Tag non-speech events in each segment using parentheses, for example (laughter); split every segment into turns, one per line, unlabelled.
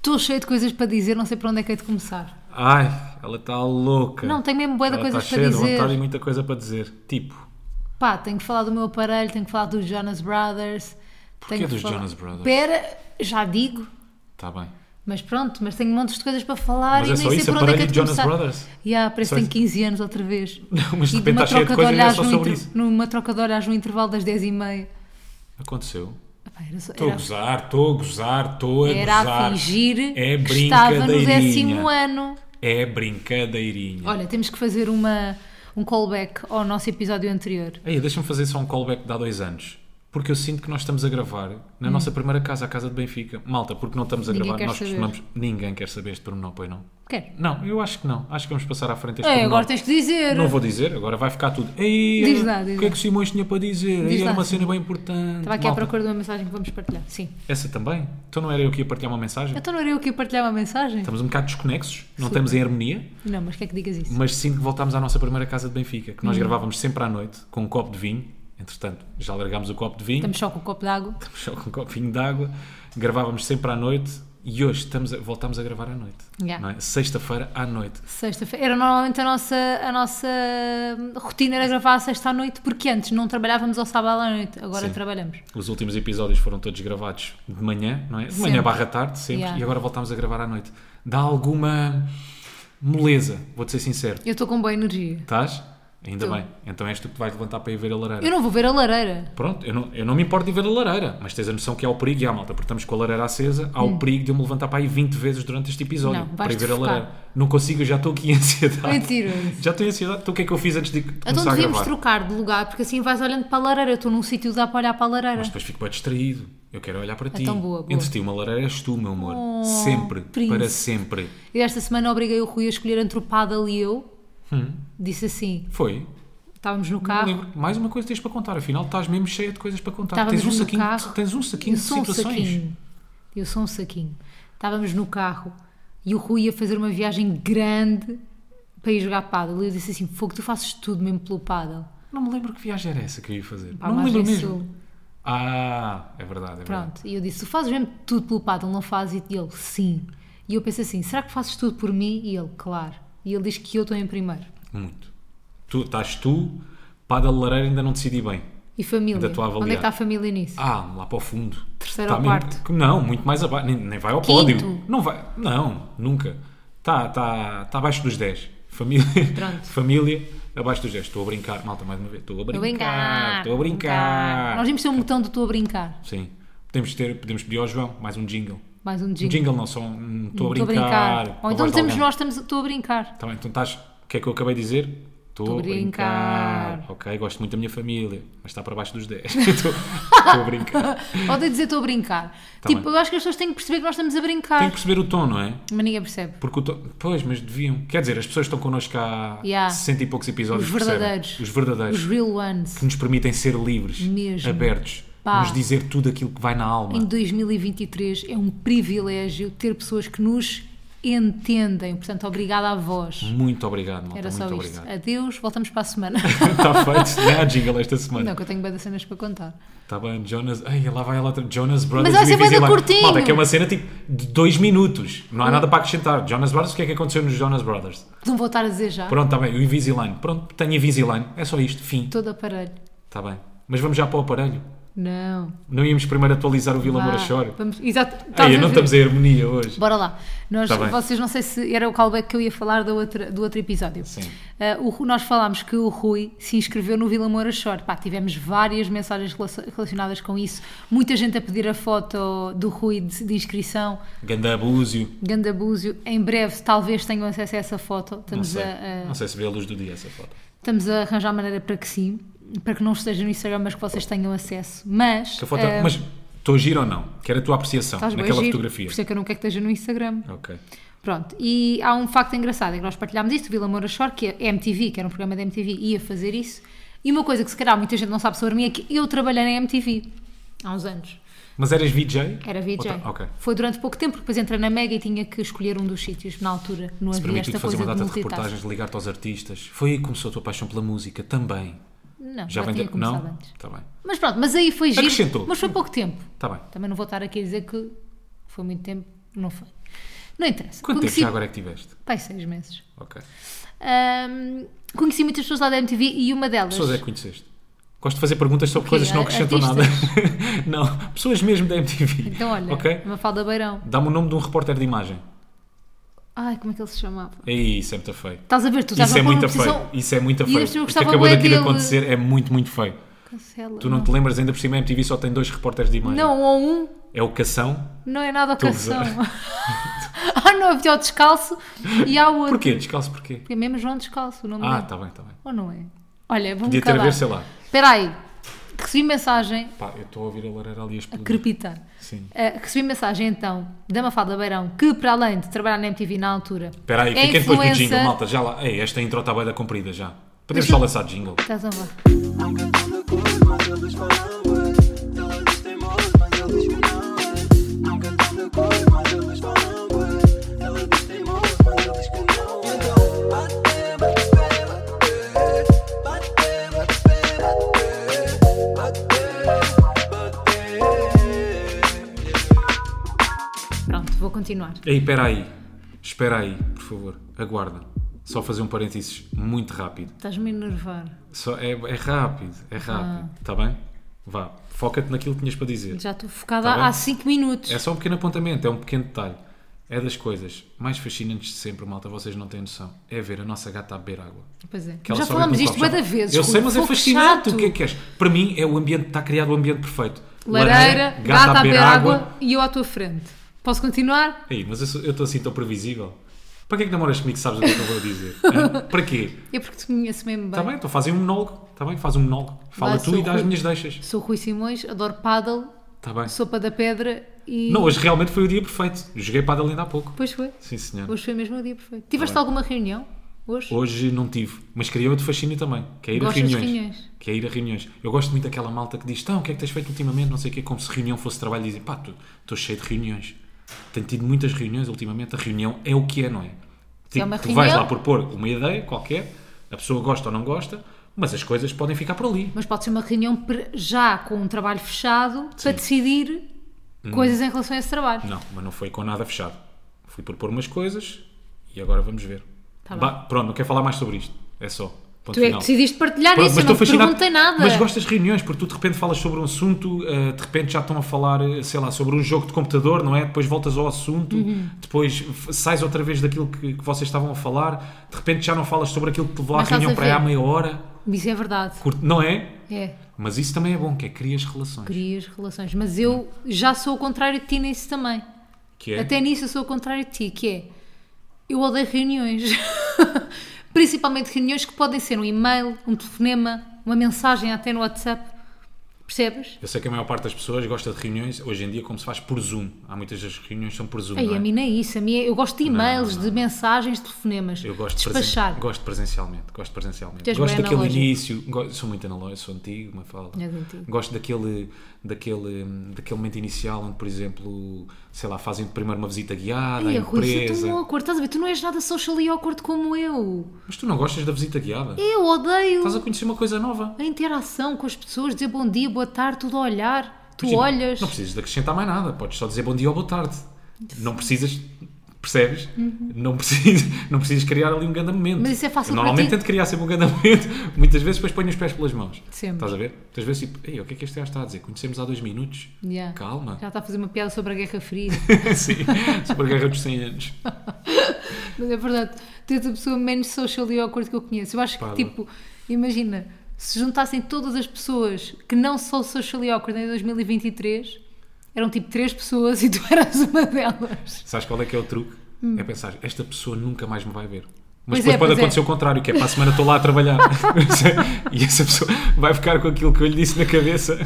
Estou cheio de coisas para dizer, não sei para onde é que hei de começar.
Ai, ela está louca.
Não, tenho mesmo bué de
É. Ela
coisas
está
para
cheia de
dizer.
vontade e muita coisa para dizer. Tipo,
Pá, tenho que falar do meu aparelho, tenho que falar dos Jonas Brothers. Porquê tenho que
dos
falar-
Jonas Brothers?
Pera, já digo.
está tá bem.
Mas pronto, mas tenho montes de coisas para falar
Mas
e
é
nem
só
sei
isso,
por onde é que
aparelho
hei de
de Jonas
começar.
Brothers?
Yeah, parece
Só
que tenho
isso.
15 anos outra vez.
(laughs) Não, mas de
e
repente
uma
está cheia de
troca de
coisas e é
olhares
só
no
sobre
inter-
isso.
numa troca de olhares no intervalo das 10 e meia.
Aconteceu.
Epá, era só-
Estou a
era-
gozar, estou a gozar, estou a
Era
gozar.
a fingir
é
que estava no
brincadeirinha.
décimo ano.
É brincadeirinha.
Olha, temos que fazer uma, um callback ao nosso episódio anterior.
Aí, deixa-me fazer só um callback de há dois anos. Porque eu sinto que nós estamos a gravar na nossa primeira casa, a casa de Benfica. Malta, porque não estamos a
Hum. Ninguém
gravar,
quer
nós
saber.
costumamos. Ninguém quer saber este pormenor, pois não?
Quer?
Não, eu acho que não. Acho que vamos passar à frente este
É,
pormenor.
agora tens que dizer.
Não vou dizer, agora vai ficar tudo. Ei,
Diz lá, diz
o que é
lá.
que o Simões tinha para dizer?
Diz
Aí era
lá,
uma cena bem importante.
Estava aqui à
Malta,
procura de uma mensagem que vamos partilhar. Sim.
Essa também? Então não era eu que ia partilhar uma mensagem?
Então não era eu que ia partilhar uma mensagem?
Estamos um bocado desconexos, não estamos em harmonia,
Não, mas quer que digas isso?
mas sinto que voltámos à nossa primeira casa de Benfica, que nós
Uhum.
gravávamos sempre à noite, com um copo de vinho. Entretanto, já largámos o copo de vinho.
Estamos só com um copo de água.
(laughs) só com um copinho de água, gravávamos sempre à noite e hoje estamos a- voltamos a gravar à noite.
Yeah.
não é? Sexta-feira à noite.
Sexta-feira. Era normalmente a nossa, a nossa hum, rotina era gravar à sexta à noite, porque antes não trabalhávamos ao sábado à noite, agora
Sim.
trabalhamos.
Os últimos episódios foram todos gravados de manhã, não é? De manhã
Sempre.
barra tarde, sempre,
Yeah.
e agora voltamos a gravar à noite. Dá alguma moleza, vou-te ser sincero.
Eu estou com boa energia.
Estás? Ainda
Tô.
bem. Então és tu que te vais levantar para ir ver a lareira.
Eu não vou ver a lareira.
Pronto, eu não, eu não me importo de ver a lareira, mas tens a noção que há o perigo, e há malta, porque estamos com a lareira acesa, há o perigo de eu me levantar para aí 20 vezes durante este
Hum.
episódio
Não, vais
para ir ver a
sufocar.
lareira. Não consigo, eu já estou aqui em ansiedade.
Mentira.
(laughs) Já estou em ansiedade. Então o que é que eu fiz antes de começar
Então
a
devíamos
Ah. gravar?
trocar de lugar, porque assim vais olhando para a lareira. Eu estou num sítio que dá para olhar para a lareira.
Mas depois fico bem distraído. Eu quero olhar para ti.
Então, boa, boa.
Entre ti e uma lareira és tu, meu amor.
Oh,
sempre.
príncipe.
Para sempre.
Eu esta semana obriguei o Rui a escolher entre o Paddle e eu.
Hum.
Disse assim:
Foi.
estávamos no
Não
carro.
lembro. Mais uma coisa tens para contar. Afinal, estás mesmo cheia de coisas para contar.
Estávamos
Tens um,
no
saquinho,
carro.
tens um saquinho
eu
de
sou um
situações.
saquinho. Eu sou um saquinho. Estávamos no carro e o Rui ia fazer uma viagem grande para ir jogar paddle. E eu disse assim: Fogo, tu fazes tudo mesmo pelo paddle.
Não me lembro que viagem era essa que eu ia fazer.
Pá,
não me lembro
Margem
mesmo.
Sul.
Ah, é verdade, é verdade.
Pronto. E eu disse: Tu fazes mesmo tudo pelo paddle, não fazes? E ele: Sim. E eu pensei assim: Será que fazes tudo por mim? E ele: Claro. E ele diz que eu estou em primeiro.
Muito. Tu, estás tu, pá da lareira ainda não decidi bem.
E família?
Ainda estou a
Onde é que
avaliar.
está a família nisso?
Ah, lá para o fundo.
Terceiro
Tá
ou
mesmo-
quarto?
que- Não, muito mais abaixo. Nem, nem vai ao
Quinto?
pódio. Não vai. Não, nunca. Está tá, tá abaixo dos 10. Família.
Pronto.
(laughs) Família, abaixo dos 10. Estou a brincar. Malta, mais uma vez. Estou a
Estou a
brincar. Estou a
brincar.
brincar.
Nós vimos ter um botão do estou a brincar.
Sim. Podemos, ter, podemos pedir ao João mais um jingle.
Mais um
Um
jingle.
jingle não, só um estou a
Estou
brincar.
Ou então dizemos nós estamos, estou a brincar.
Também, então estás. O que é que eu acabei de dizer? Estou a brincar.
brincar.
Ok, gosto muito da minha família, mas está para baixo dos 10. (laughs) Estou estou a brincar.
Ou de dizer estou a brincar.
Tá
tipo,
bem.
eu acho que as pessoas têm que perceber que nós estamos a brincar.
Tem que perceber o tom, não é?
Mas ninguém percebe.
Porque o tom... Pois, mas deviam. Quer dizer, as pessoas que estão connosco há
Yeah.
60 e poucos episódios.
Os
percebem?
verdadeiros.
Os verdadeiros.
Os real ones.
Que nos permitem ser livres,
Mesmo.
abertos,
Pá.
nos dizer tudo aquilo que vai na alma.
Em 2023 é um privilégio ter pessoas que nos entendem. Portanto, obrigada a vós.
Muito obrigado, malta.
Era
Hum, então muito
só isto.
obrigado. (laughs) Tá
Adeus, voltamos para a semana.
Está feito. Não há jingle esta semana.
Não, que eu tenho bem das cenas para contar.
Está bem, Jonas. Ai, lá vai ela outra. Jonas Brothers.
vai ser bué da
Invisalign.
curtinho.
Malta, que é uma cena tipo de dois minutos. Não há nada para acrescentar. Jonas Brothers, o que é que aconteceu nos Jonas Brothers?
Não vou estar a dizer já.
Pronto, está bem. O Invisalign. Pronto, tenho Invisalign. É só isto. Fim.
Todo aparelho.
Está bem. Mas vamos já para o aparelho.
Não.
Não íamos primeiro atualizar o Vila
Vá.
Moura Chore.
Vamos, exato.
Ai,
Estás
não
a ver?
estamos em harmonia hoje.
Bora lá. Nós,
Tá bem.
vocês não sei se era o callback que eu ia falar do outro, do outro episódio.
Sim.
Ah, o Ru- nós falámos que o Rui se inscreveu no Vila Moura Shore. Pá, tivemos várias mensagens relacion- relacionadas com isso. Muita gente a pedir a foto do Rui de, de inscrição.
Ganda abúzio.
Gandabúzio. Em breve, talvez tenham acesso a essa foto.
Não
Estamos,
sei.
a, a-
Não sei se vê a luz do dia essa foto.
estamos a arranjar maneira para que sim. Para que não esteja no Instagram, mas que vocês tenham acesso. Mas.
Que foto...
ah,
Mas estou giro ou não? Quero a tua apreciação
estás bué
naquela
giro.
fotografia.
Por isso é que eu não quero que esteja no Instagram.
Ok.
Pronto, e há um facto engraçado, é que nós partilhámos isto, Vila Moura Shore, que a MTV, que era um programa da MTV, ia fazer isso, e uma coisa que se calhar muita gente não sabe sobre mim é que eu trabalhei na MTV, há uns anos,
Mas eras VJ?
era VJ.
Outra- Ok.
Foi durante pouco tempo, porque depois entrei na Mega e tinha que escolher um dos sítios, na altura, não havia
Permitiu-te
esta
fazer
coisa
uma data de
multitasking.
reportagens, ligar-te aos artistas. Foi aí que começou a tua paixão pela música também.
Não, já, tinha
de-
começado
Não?
antes.
Está bem.
Mas pronto, mas aí foi giro,
Acrescentou.
mas foi pouco tempo.
Está bem.
Também não vou estar aqui a dizer que foi muito tempo, não foi. Não interessa.
Quanto tempo
Conheci-
já agora é que tiveste?
Pai, seis meses.
Ok.
Ahm, conheci muitas pessoas lá da MTV e uma delas.
Pessoas é que conheceste? Gosto de fazer perguntas sobre
Ok,
coisas que não
a-
acrescentam nada. (laughs) não, pessoas mesmo da MTV.
Então, olha,
Ok?
uma falda beirão.
Dá-me o nome de um repórter de imagem.
Ai, como é que ele se chamava?
Ei, isso é muito feio.
Estás a ver? Tu estás
Isso
a
é
pôr uma
muito
posição-
feio. Isso é muito
E
feio.
eu
O que
gostava
acabou
bué
daqui de
dele.
acontecer é muito, muito feio.
Cancela.
Tu não te lembras, ainda por cima a MTV só tem dois repórteres de imagem.
Não, ou um
É o Cação.
não é nada
a
ocasião. (laughs) ah, não, havia o descalço e há o outro.
Porquê? Descalço porquê?
Porque é mesmo João Descalço, o nome
Ah,
dele.
tá bem, tá bem.
Ou não é? Olha, vamos
Podia ter a
calar.
ver, sei lá.
Espera aí. Recebi mensagem,
Pá, eu estou a ouvir a lareira ali a explodir.
crepitar.
Sim.
Eh, recebi mensagem então da Mafalda Beirão, que para além de trabalhar na MTV na altura.
Espera aí,
é
fiquem depois do
influencer-
jingle, malta. Já lá. Ei, esta intro está bem da comprida já.
Deixa
Podemos
eu-
só lançar jingle.
Estás a ver?
Não canto da cor, mas eles falam bué. Ela diz teimoso, mas ele diz que não é. Não canto da cor, mas eles falam bué. Ela diz teimoso, mas ele diz que não é. Então, bate, bate, bate, bate. Bate, bate, bate, bate. Yeah.
Pronto, vou continuar.
Ei, espera aí. Espera aí, por favor. Aguarda. Só fazer um parênteses muito rápido.
Estás-me a enervar.
Só, é, é rápido, é rápido.
Ah.
Está bem? Vá. Foca-te naquilo que tinhas para dizer.
Já estou focada
Tá bem.
há 5 minutos.
É só um pequeno apontamento, é um pequeno detalhe. É das coisas mais fascinantes de sempre, malta, vocês não têm noção. É ver a nossa gata a beber água.
Pois é.
Que ela
Já
só
falámos
bebe
isto
um copo, já-
muitas vezes.
Eu
Rui.
sei, mas é
Fogo
fascinante.
chato.
O que é que és? Para mim, é o ambiente, está criado o ambiente perfeito.
Lareira, gata a beber água, e eu à tua frente. Posso continuar?
Ei, mas eu sou- eu estou assim tão previsível. Para que é que namoras comigo, sabes o que é que eu
(laughs)
vou dizer? Hã? Para quê?
É porque te conheço mesmo bem.
Está bem, então fazem um monólogo. Está bem, faz um monólogo. Fala
Vai,
tu
sou
e dá as
Rui.
minhas deixas.
Sou Rui Simões, adoro paddle,
Está bem.
sopa da pedra e.
Não, hoje realmente foi o dia perfeito. Joguei para ainda há pouco.
Pois foi.
Sim, senhor.
Hoje foi mesmo o dia perfeito. Tiveste
Tá bem.
alguma reunião? Hoje?
Hoje não tive, mas queria outro fascínio também, que é ir
Gostas
a
de
reuniões.
reuniões?
Que é ir a reuniões. Eu gosto muito daquela malta que diz, então, o que é que tens feito ultimamente? Não sei o quê, como se reunião fosse trabalho. Dizem, pá, tu- estou cheio de reuniões. Tenho tido muitas reuniões ultimamente. A reunião é o que é, não é? Tipo,
uma
tu vais
reunião.
lá propor uma ideia qualquer, a pessoa gosta ou não gosta, mas as coisas podem ficar por ali.
Mas pode ser uma reunião pre- já com um trabalho fechado para decidir coisas em relação a esse trabalho.
Hum. Não, mas não foi com nada fechado. Fui propor umas coisas e agora vamos ver.
Tá bem.
Bah, pronto, não quero falar mais sobre isto. É só. Ponto
Tu é que
final.
decidiste partilhar
Pronto,
isso, eu
estou
não te
fascinado.
perguntei nada.
Mas gosto das reuniões, porque tu de repente falas sobre um assunto, eh, de repente já estão a falar, eh, sei lá, sobre um jogo de computador, não é? Depois voltas ao assunto,
Uhum.
depois f- sais outra vez daquilo que, que vocês estavam a falar, de repente já não falas sobre aquilo que te levou à
Mas estás
reunião
a
para aí
ver.
há meia hora,
Isso é verdade.
Curto- não é?
É.
Mas isso também é bom, que é crias relações.
Crias relações. Mas eu já sou o contrário de ti nisso também.
Que é,
Até nisso eu sou o contrário de ti, que é eu odeio reuniões. (laughs) Principalmente reuniões que podem ser um e-mail, um telefonema, uma mensagem até no WhatsApp. Percebes?
Eu sei que a maior parte das pessoas gosta de reuniões, hoje em dia, como se faz por Zoom. Há muitas das reuniões que são por Zoom.
Ei,
não é?
a mim não é isso. A mim é- eu gosto de e-mails, de mensagens, de telefonemas.
Eu gosto, de
Despachar.
presen... gosto presencialmente, gosto presencialmente.
Tu és
gosto
bem
daquele
analógico.
início, go- sou muito analógico, sou antigo, uma fala.
És antigo.
Gosto daquele, daquele, daquele momento inicial onde, por exemplo, sei lá, fazem primeiro uma visita guiada à
Ei, Rui, isso é
empresa.
tão awkward. Estás a ver? Tu não és nada socially awkward como eu.
Mas tu não gostas da visita guiada?
Eu odeio
Estás a conhecer uma coisa nova.
a interação com as pessoas, dizer bom dia, boa tarde, tudo a olhar. Tu
Imagina,
olhas.
Não precisas de acrescentar mais nada, podes só dizer bom dia ou boa tarde. Não precisas, percebes? Não, precisas, (laughs) não precisas criar ali um grande momento.
Uhum. Mas isso é fácil
Eu
para
normalmente
ti.
tento criar sempre um grande momento. Muitas vezes depois ponho os pés pelas mãos.
Sempre.
Estás a ver? Muitas vezes tipo, ei, o que é que este gajo está a dizer? Conhecemos há dois minutos.
Yeah.
Calma.
Já está a fazer uma piada sobre a Guerra
(laughs)
Fria.
Sim, sobre a guerra dos 100 anos.
Mas é verdade, tu és a pessoa menos social e awkward que eu conheço. Eu acho que,
Pá,
tipo, imagina, se juntassem todas as pessoas que não são social e awkward em 2023, eram tipo três pessoas e (laughs) tu eras uma delas.
Sabes qual é que é o truque? É pensar, esta pessoa nunca mais me vai ver. Mas
Hum. Pois
depois
é,
pode
pois é.
acontecer o contrário, que é para a semana estou lá a trabalhar. (laughs) e essa pessoa vai ficar com aquilo que eu lhe disse na cabeça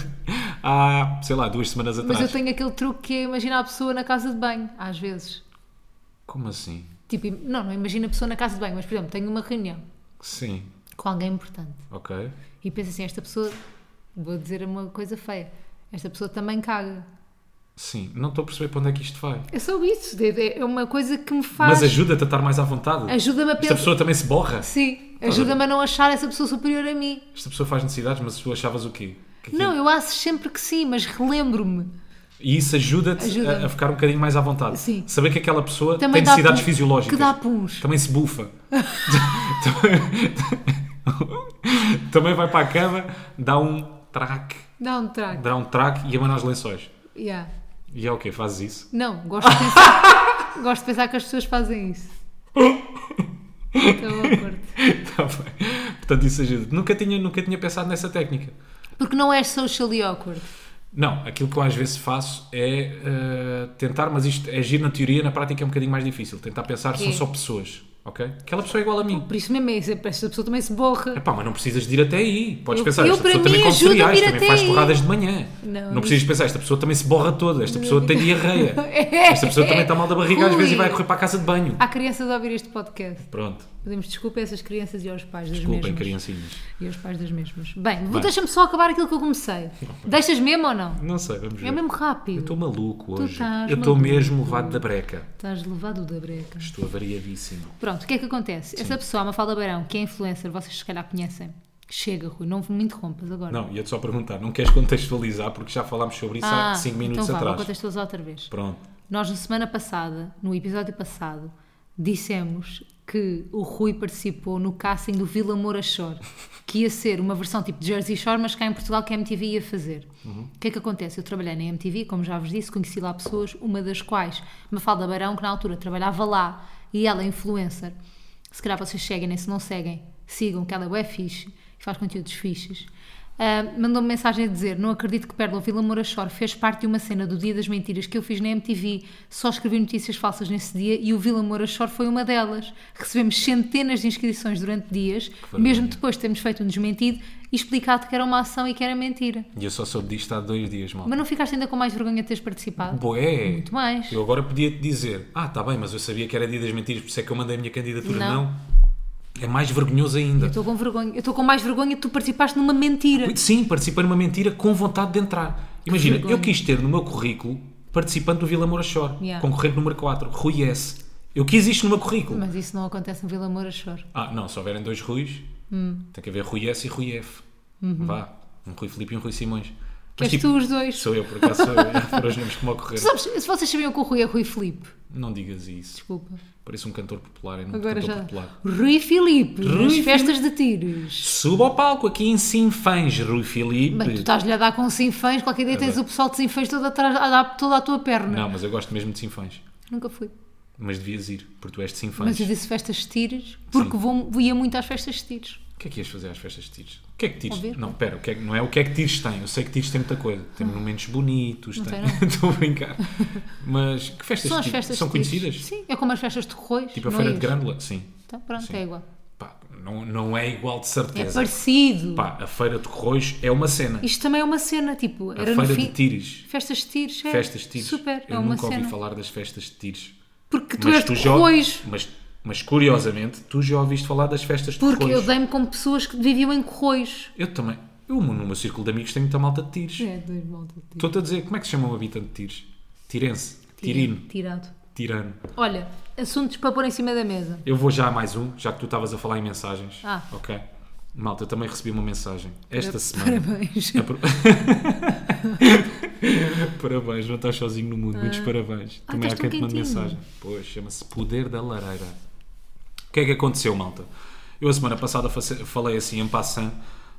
há, sei lá, duas semanas
Mas
atrás.
eu tenho aquele truque que é imaginar a pessoa na casa de banho, às vezes.
Como assim?
Tipo, im- não, não imagina a pessoa na casa de banho, mas, por exemplo, tenho uma reunião
Sim,
com alguém importante
ok.
e penso assim, esta pessoa, vou dizer uma coisa feia, esta pessoa também caga.
Sim, não estou a perceber para onde é que isto vai.
É só isso, é é uma coisa que me faz...
Mas ajuda-te a estar mais à vontade.
Ajuda-me a
Esta
pensar...
pessoa também se borra.
Sim, ajuda-me a não achar essa pessoa superior a mim.
Esta pessoa faz necessidades, mas tu achavas o quê? Que aquilo-
Não, eu acho sempre que sim, mas relembro-me.
E isso ajuda-te
Ajuda-me.
a, a ficar um bocadinho mais à vontade.
Sim.
Saber que aquela pessoa
Também
tem
dá
necessidades
pun-
fisiológicas.
que dá puns.
Também se bufa. (laughs) Também vai para a cama, dá um traque,
Dá um trago.
dá um traque e abana os lençóis.
Yeah.
E é o quê? Fazes isso? (laughs)
Não, gosto de pensar. (laughs) gosto de pensar que as pessoas fazem isso. Estou a curto.
Tá bem. Portanto, isso ajuda. Nunca tinha, nunca tinha pensado nessa técnica.
Porque não és socially awkward.
Não, aquilo que eu às vezes faço é eh, tentar, mas isto é agir na teoria, na prática é um bocadinho mais difícil. Tentar pensar são
Quê?
só pessoas, ok? Aquela pessoa é igual a mim.
Por isso mesmo é isso. Esta pessoa também se borra.
Epá, mas não precisas de ir até aí. Podes
Eu-
pensar,
eu,
esta
para mim,
pessoa também come
ajuda-me
cereais,
ir
também
até
faz
aí.
torradas de manhã.
Não,
Não,
isso-
precisas pensar, esta pessoa também se borra toda, esta pessoa
(laughs)
tem diarreia. Esta pessoa também está mal da barriga às
É. Rui. Ah,
vezes e vai correr para a casa de banho.
Há crianças a ouvir este podcast.
Pronto,
Pedimos desculpa a essas crianças e aos pais das
desculpem,
mesmas.
criancinhas.
E aos pais das mesmas. Bem, vou-
Bem.
deixa-me só acabar aquilo que eu comecei. Deixas mesmo ou não?
Não sei, vamos ver.
É mesmo
Eu
rápido.
estou maluco hoje.
estás
eu estou
maluco.
mesmo levado da breca.
Estás levado da breca.
Estou avariadíssimo.
Pronto, o que é que acontece? Essa pessoa, a Mafalda Barão, que é influencer, vocês se calhar conhecem. Chega, Rui, não me interrompas agora.
Não, ia-te só perguntar, não queres contextualizar porque já falámos sobre isso há 5 minutos
então vá, vou
atrás.
contextualizar outra vez.
Pronto.
Nós, na semana passada, no episódio passado, dissemos que o Rui participou no casting do Vila Moura Shore, que ia ser uma versão tipo Jersey Shore, mas cá em Portugal que a MTV ia fazer. O que é que acontece? Eu trabalhei na MTV, como já vos disse, conheci lá pessoas, uma das quais Mafalda Barão, que na altura trabalhava lá, e ela é influencer. Se calhar vocês seguem, nem se não seguem, sigam, que ela é bué fixe, e faz conteúdos fixes. Ah, mandou-me mensagem a dizer: Não acredito que Pérola Vila Moura Chor fez parte de uma cena do Dia das Mentiras que eu fiz na MTV. Só escrevi notícias falsas nesse dia e o Vila Moura Chor foi uma delas. Recebemos centenas de inscrições durante dias, mesmo depois de termos feito um desmentido e explicado que era uma ação e que era mentira.
E eu só soube disto há dois dias, mal.
Mas não ficaste ainda com mais vergonha de teres participado?
Boé!
Muito mais.
Eu agora podia-te dizer, ah, tá bem, mas eu sabia que era dia das mentiras, por isso é que eu mandei a minha candidatura.
Não.
Não. É mais vergonhoso
Eu
ainda.
estou com vergonha. Eu estou com mais vergonha de tu participaste numa mentira.
Sim, participei numa mentira com vontade de entrar. Imagina,
vergonha.
eu quis ter no meu currículo participante do Vila Moura Shore,
Yeah.
concorrente número 4, Rui S. Eu quis isto no meu currículo.
Mas isso não acontece no Vila Moura Chor.
Ah, não, se houverem dois Ruis,
Hum.
tem que haver Rui S e Rui F. Vá, um Rui Filipe e um Rui Simões. tipo,
Que és Uhum. tu os dois.
Sou eu, por acaso, sou eu. (laughs) É, Foram os nomes que me ocorreram.
Sabes, se vocês sabiam que o Rui é Rui Filipe,
Não digas isso.
desculpa.
Parece um cantor popular, é um
Agora
cantor
já.
popular.
Rui Filipe,
Rui
nas
Filipe.
festas de tiros.
Suba ao palco aqui em Sinfãs, Rui Filipe.
Bem, tu tá- estás-lhe a dar com sinfãs, qualquer dia tens o pessoal de sinfãs todo atrás, a dar toda a tua perna.
É Não, mas eu gosto mesmo de Sinfãs.
Nunca fui.
Mas devias ir, porque tu és de Sinfãs.
Mas eu disse festas de tiros porque vou, ia muito às festas de tiros.
O que é que ias fazer às festas de tiros? O que é que tiros?
Ouvir? Ah.
Não, pera, o que é que- não é o que é que tiros tem. Eu sei que tiros tem muita coisa. Tem momentos bonitos,
Não
tem.
tem, não.
(laughs) Estou a brincar. Mas que festas
São
de
as
tiros?
festas
São
de tiros.
conhecidas?
Sim, é como as festas de Corroios.
Tipo a
não
Feira
é
de
isso?
Grândola? Sim.
Então, pronto,
Sim.
é igual.
Pá, não, não é igual de
É
certeza.
parecido.
Pá, a Feira de Corroios é uma cena.
Isto também é uma cena, tipo,
A
era
Feira
no
de
fim.
Tires.
Festas de tiros, é.
Festas de Tires.
Super,
Eu
é uma
nunca
cena.
ouvi falar das festas de Tires.
Porque tu és de
já,
Corroios.
mas, mas curiosamente, tu já ouviste falar das festas de
Porque eu
Corroios.
dei-me com pessoas que viviam em Corroios.
Eu também. Eu, no meu círculo de amigos, tenho muita malta de Tires.
É, dois malta de tiros.
Estou-te a dizer, como é que se chama um habitante de Tires? Tirense. Tirino.
Tirado.
Tirano.
Olha, assuntos para pôr em cima da mesa.
Eu vou já a mais um, já que tu estavas a falar em mensagens.
Ah.
Ok. Malta, eu também recebi uma mensagem
(laughs)
esta semana.
Parabéns.
A pro- É (laughs) parabéns, não estás sozinho no mundo. Muitos parabéns.
Ah,
Também há
estás
quem
tão
te mande
quentinho.
mensagem. Pois, chama-se Poder da Lareira. O que é que aconteceu, malta? Eu, a semana passada, face- falei assim, em passant,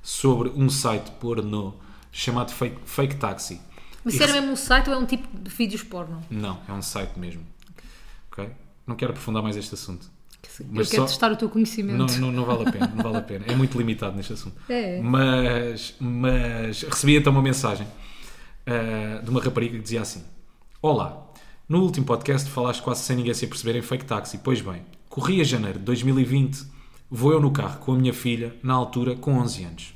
sobre um site pornô chamado Fake, Fake Taxi.
Mas
E
se era mesmo um site ou é um tipo de vídeos porno?
Não, é um site mesmo. Ok? Não quero aprofundar mais este assunto.
Eu
Mas
quero
só-
testar o teu conhecimento.
Não, não, não vale a pena, não vale a pena. É muito limitado neste assunto.
É.
Mas, mas recebi então uma mensagem ah, de uma rapariga que dizia assim: Olá, no último podcast falaste quase sem ninguém se perceber em fake taxi. Pois bem, corri a janeiro de 2020, vou eu no carro com a minha filha, na altura com 11 anos.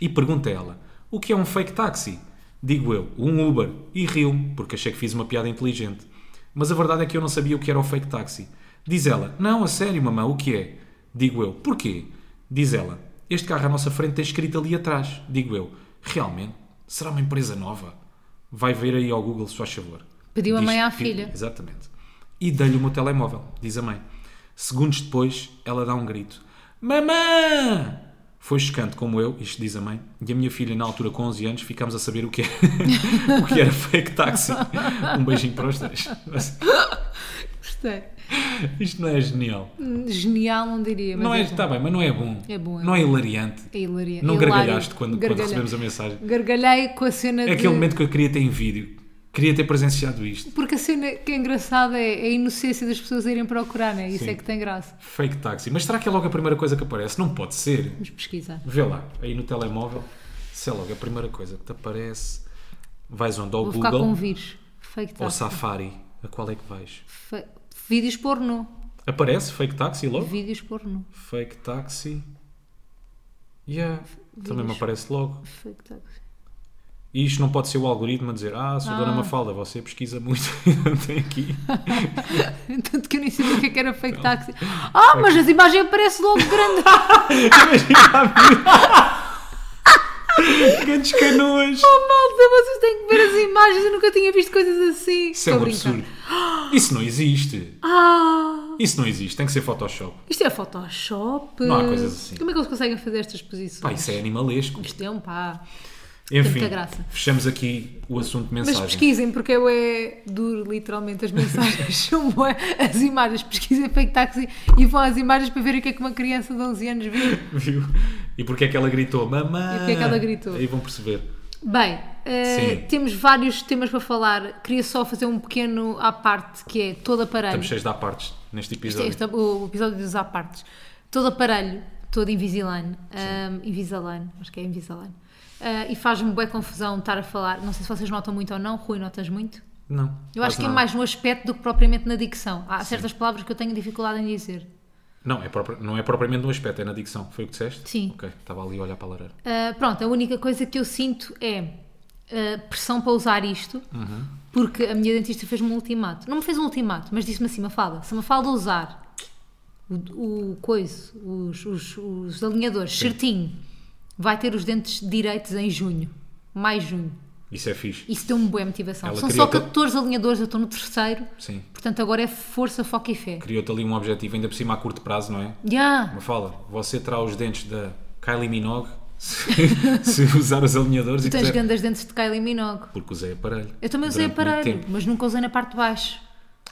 E pergunto a ela: O que é um fake taxi? Digo eu, um Uber, e rio-me, porque achei que fiz uma piada inteligente. Mas a verdade é que eu não sabia o que era o fake taxi. Diz ela: Não, a sério, mamã, o que é? Digo eu: Porquê? Diz ela: Este carro à nossa frente tem escrito ali atrás. Digo eu: Realmente? Será uma empresa nova? Vai ver aí ao Google, se faz favor.
Pediu a
Diz-
mãe à
pi-
filha.
Exatamente. E dei-lhe o meu telemóvel, diz a mãe. Segundos depois, ela dá um grito: Mamã! Foi chocante, como eu, isto diz a mãe, e a minha filha, na altura com 11 anos, ficámos a saber o que era, (laughs) o que era fake taxi. Um beijinho para os três. Mas
Gostei. Hum,
Isto não é genial.
Genial, não diria. Mas
não é,
bom.
está bem, mas não é bom.
É bom, é
não é hilariante.
É hilaria-
Não
hilário.
gargalhaste quando, quando
Gargalhei.
recebemos a mensagem.
Gargalhei com a cena
É
de...
aquele momento que eu queria ter em vídeo. Queria ter presenciado isto.
Porque a cena que é engraçada é a inocência das pessoas a irem procurar, né? Isso
Sim.
é que tem graça.
Fake taxi. Mas será que é logo a primeira coisa que aparece? Não pode ser.
Vamos pesquisar.
Vê lá, aí no telemóvel, se é logo a primeira coisa que te aparece. Vais onde? Ao
Vou ficar com um
Google
vírus. Fake
ou
taxi.
Safari? A qual é que vais?
Fe- Vídeos porno.
Aparece fake taxi logo?
Vídeos porno.
Fake taxi. Yeah. Também me aparece logo.
Fake taxi.
E isto não pode ser o algoritmo a dizer: Ah, sou Dona
Ah.
Mafalda, você pesquisa muito (laughs) e não tem aqui.
(laughs) Tanto que eu nem sabia o que é que era fake
Então.
taxi. Ah, mas as imagens aparecem logo grande.
Grandes canoas.
(laughs) Oh, malta, vocês têm que ver as imagens. Eu nunca tinha visto coisas assim.
Isso é um absurdo. Isso não existe.
Ah,
Isso não existe. Tem que ser Photoshop.
isto é Photoshop.
Não há coisas assim.
Como é que eles conseguem fazer estas posições?
Pá, isso é animalesco.
Isto é um pá.
Enfim,
muita graça.
fechamos aqui o assunto de
Mas
mensagem.
pesquisem, porque eu é duro, literalmente, as mensagens são boas. As imagens, pesquisem fake taxi e vão às imagens para ver o que é que uma criança de 11 anos viu.
(laughs) Viu? E porque é que ela gritou? Mamãe!
E porque é que ela gritou?
Aí vão perceber.
Bem, eh,
Sim.
temos vários temas para falar. Queria só fazer um pequeno à parte, que é todo aparelho.
Estamos cheios de apartes neste
Isto é-
episódio.
isto é o episódio dos à partes. Todo aparelho, todo Invisalign. ahm, Invisalign, acho que é Invisalign. Ah, e faz-me boa confusão estar a falar. Não sei se vocês notam muito ou não. Rui, notas muito?
Não.
Eu
quase
acho que é
nada.
mais no aspecto do que propriamente na dicção. Há certas palavras que eu tenho dificuldade em dizer.
Não, é propri- não é propriamente no aspecto, é na dicção. Foi o que disseste?
Sim.
Ok, estava ali a olhar para a lareira.
Ah, pronto, a única coisa que eu sinto é ah, pressão para usar isto,
Uhum.
porque a minha dentista fez-me um ultimato. Não me fez um ultimato, mas disse-me assim: Mafalda, se a Mafalda usar o, o coiso, os, os- os alinhadores certinho, vai ter os dentes direitos em junho, mais junho.
Isso é fixe.
Isso deu-me boa motivação.
Ela
São
queria
só
ter-
14 alinhadores, eu estou no terceiro,
Sim.
portanto agora é força, foco e fé.
Criou-te ali um objetivo, ainda por cima a curto prazo, não é?
Yeah.
Uma fala, você terá os dentes da Kylie Minogue (laughs) se, se usar os alinhadores e
Tens
quiser.
grandes dentes de Kylie Minogue.
Porque usei aparelho.
Eu também usei
durante muito
aparelho,
tempo.
mas nunca usei na parte de baixo.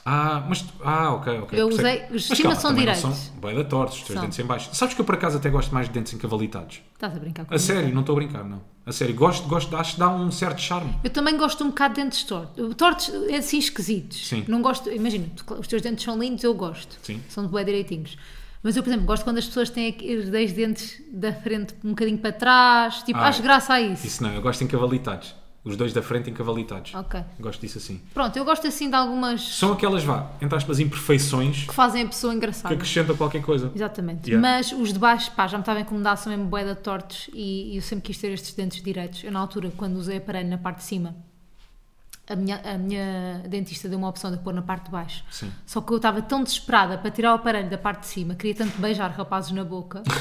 Ah, mas. tu- Ah, ok, ok.
Eu
percebo.
usei- os
Mas
cima
calma,
são
também não
direitos.
São bem da torta, os teus
São.
dentes em baixo. Sabes que eu por acaso até gosto mais de dentes encavalitados.
Estás a brincar
A
comigo?
sério, não estou a brincar, não. A sério, gosto, gosto, acho que dá um certo charme.
Eu também gosto um bocado de dentes tortos. Tortos é assim esquisitos.
Sim.
Não gosto, imagina, tu- os teus dentes são lindos, eu gosto.
Sim.
São de bué direitinhos. Mas eu, por exemplo, gosto quando as pessoas têm aqui os dois dentes da frente um bocadinho para trás. Tipo,
Ah,
acho graça a isso.
Isso não, eu gosto encavalitados. Os dois da frente encavalitados.
Ok.
Gosto disso assim.
Pronto, eu gosto assim de algumas
São aquelas, vá, entre aspas, imperfeições
que fazem a pessoa
que
engraçada.
acrescentam qualquer coisa.
Exatamente.
Yeah.
Mas os de baixo, pá, já me estavam a incomodar, são mesmo bué de tortos e, e eu sempre quis ter estes dentes direitos. Eu, na altura, quando usei aparelho na parte de cima, a minha, a minha dentista deu uma opção de pôr na parte de baixo.
Sim.
Só que eu estava tão desesperada para tirar o aparelho da parte de cima, queria tanto beijar rapazes na
(laughs)
boca. (laughs)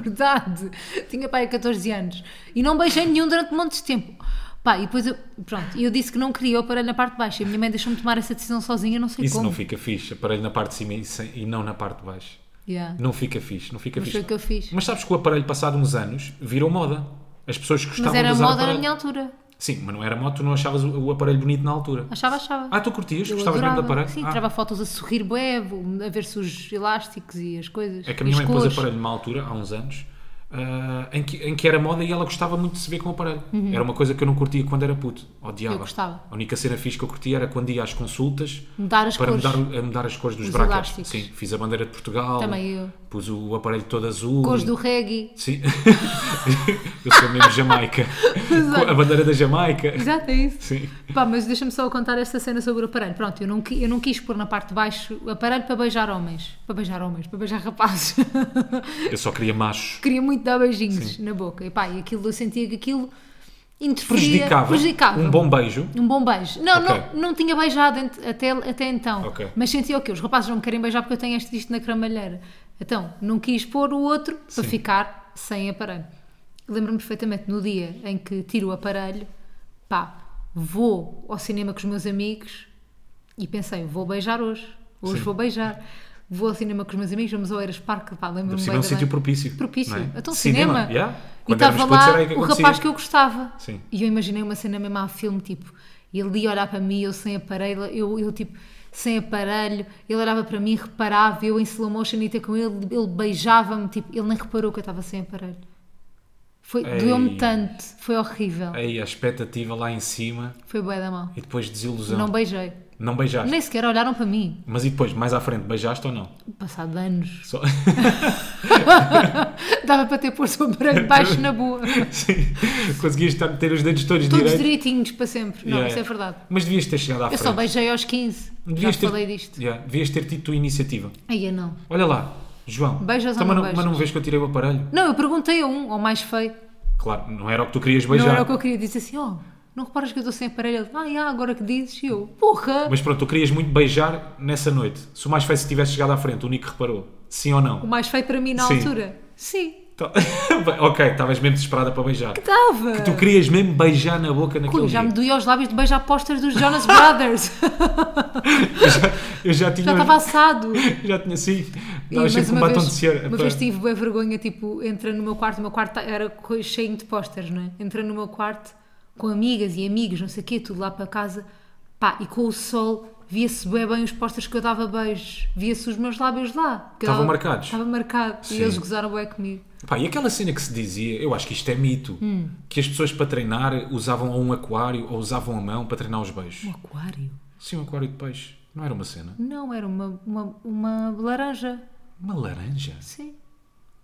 Verdade. Tinha pai 14 anos. E não beijei nenhum durante um monte de tempo. Pá, e depois eu, pronto, eu disse que não queria o aparelho na parte de baixo. E a minha mãe deixou-me tomar essa decisão sozinha, eu não sei
Isso
é como.
não fica fixe, aparelho na parte de cima e, sem- e não na parte de baixo.
Yeah.
Não fica fixe, não fica
Mas
fixe.
foi o que eu fiz.
Mas sabes que o aparelho, passado uns anos, virou moda. As pessoas gostavam
Mas era
de usar
moda na
aparelho.
minha altura.
Sim, mas não era moda, tu não achavas o, o aparelho bonito na altura.
Achava, achava.
Ah, tu curtias?
Eu
Gostavas mesmo
adorava.
do aparelho?
Sim,
ah,
tirava fotos a sorrir bué, a ver-se os elásticos e as coisas.
É que a
e
minha
as
mãe pôs
cores.
aparelho numa altura, há uns anos, ah, em, que, em que era moda e ela gostava muito de se ver com o aparelho. Era uma coisa que eu não curtia quando era puto. Odiava.
Uhum. Eu gostava.
A única cena fixe que eu curtia era quando ia às consultas
Mudar as
para
cores.
mudar, a mudar as cores dos
Os
brackets.
elásticos.
Sim, fiz a bandeira de Portugal.
Também eu.
Pus o aparelho todo azul.
Cores do reggae.
Sim. (laughs) eu sou mesmo Jamaica.
Exato.
a bandeira da Jamaica.
Exato, é isso.
Sim.
Pá, mas deixa-me só contar esta cena sobre o aparelho. Pronto, eu não, qui- eu não quis pôr na parte de baixo o aparelho para beijar homens. Para beijar homens, para beijar rapazes. (laughs)
Eu só queria machos.
Queria muito dar beijinhos na boca. E pá, e aquilo, eu sentia que aquilo interferia.
Prejudicava,
prejudicava.
um bom beijo.
Um bom beijo. Não,
Ok.
não, não tinha beijado ent- até, até então.
Ok.
Mas sentia o quê? Os rapazes não me querem beijar porque eu tenho este isto na cramalheira. Então, não quis pôr o outro para ficar sem aparelho. Lembro-me perfeitamente no dia em que tiro o aparelho, pá, vou ao cinema com os meus amigos e pensei, vou beijar hoje. Hoje
Sim.
vou beijar. vou ao cinema com os meus amigos, vamos ao Eras Parque, pá, lembro-me
Por
bem.
cima é um
da bem.
sítio propício.
propício.
não é?
Então, cinema.
yeah.
E
Quando
estava
éramos putos,
lá
era aí que
o
acontecia.
rapaz que eu gostava.
Sim.
E eu imaginei uma cena mesmo a filme, tipo, ele ia olhar para mim, eu sem aparelho, eu, eu tipo, sem aparelho, ele olhava para mim, reparava, eu em slow motion ia ter com ele, ele beijava-me, tipo, ele nem reparou que eu estava sem aparelho. Foi,
Ei.
doeu-me tanto, foi horrível.
Aí a expectativa lá em cima
Foi bué da mão.
e depois desilusão.
Não
Não,
beijei.
beijaste.
Nem sequer olharam para mim.
Mas e depois, mais à frente, beijaste ou não?
Passado anos. (laughs)
Só- (laughs)
Dava para ter posto o branco baixo na
(laughs)
boa.
Sim. Conseguiste estar- ter os dedos todos,
Todos
direitos.
direitinhos para sempre. Não,
Yeah.
isso é verdade.
Mas devias ter chegado à
Eu
frente.
só beijei aos 15.
Devias
Já
ter...
falei disto.
Yeah, Devias ter tido tua iniciativa.
Aí eu não.
Olha lá, João. Então,
Beijas ou
mas
não
não,
beijas?
mas não vês que eu tirei o aparelho?
Não, eu perguntei a um, ao mais feio.
Claro, não era o que tu querias beijar.
Não era o que eu queria. Disse assim: ó, não reparas que eu estou sem aparelho? Ele, ah, já, agora que dizes. E eu, porra!
Mas pronto, tu querias muito beijar nessa noite. Se o mais feio se tivesse chegado à frente, o Nico reparou. Sim ou
O
não?
mais feio para mim na
Sim.
altura. Sim,
Tá- (laughs) Bem, ok, estavas mesmo desesperada para beijar. Que
estava.
tu querias mesmo beijar na boca naquele
Ui, já
dia.
me doía os lábios de beijar posters dos Jonas
(laughs)
Brothers.
Eu já, eu já tinha...
já estava assado.
já tinha, sim.
E,
Estavas sempre com um batom de cera.
uma
pá.
vez tive bem vergonha, tipo, entrando no meu quarto, o meu quarto tá, era co- cheio de posters, não é? Entrando no meu quarto com amigas e amigos, não sei o quê, tudo lá para casa, pá, e com o sol via-se bem, bem os posters que eu dava beijos, via-se os meus lábios lá. que eu
Estavam
dava-
marcados?
Estava marcado, e
Sim.
eles gozaram bem comigo.
Pá, e aquela cena que se dizia, eu acho que isto é mito,
Hum.
que as pessoas para treinar usavam ou um aquário ou usavam a mão para treinar os beijos.
Um aquário?
Sim, um aquário de peixe. Não era uma cena?
Não, era uma, uma, uma laranja,
Uma laranja?
sim.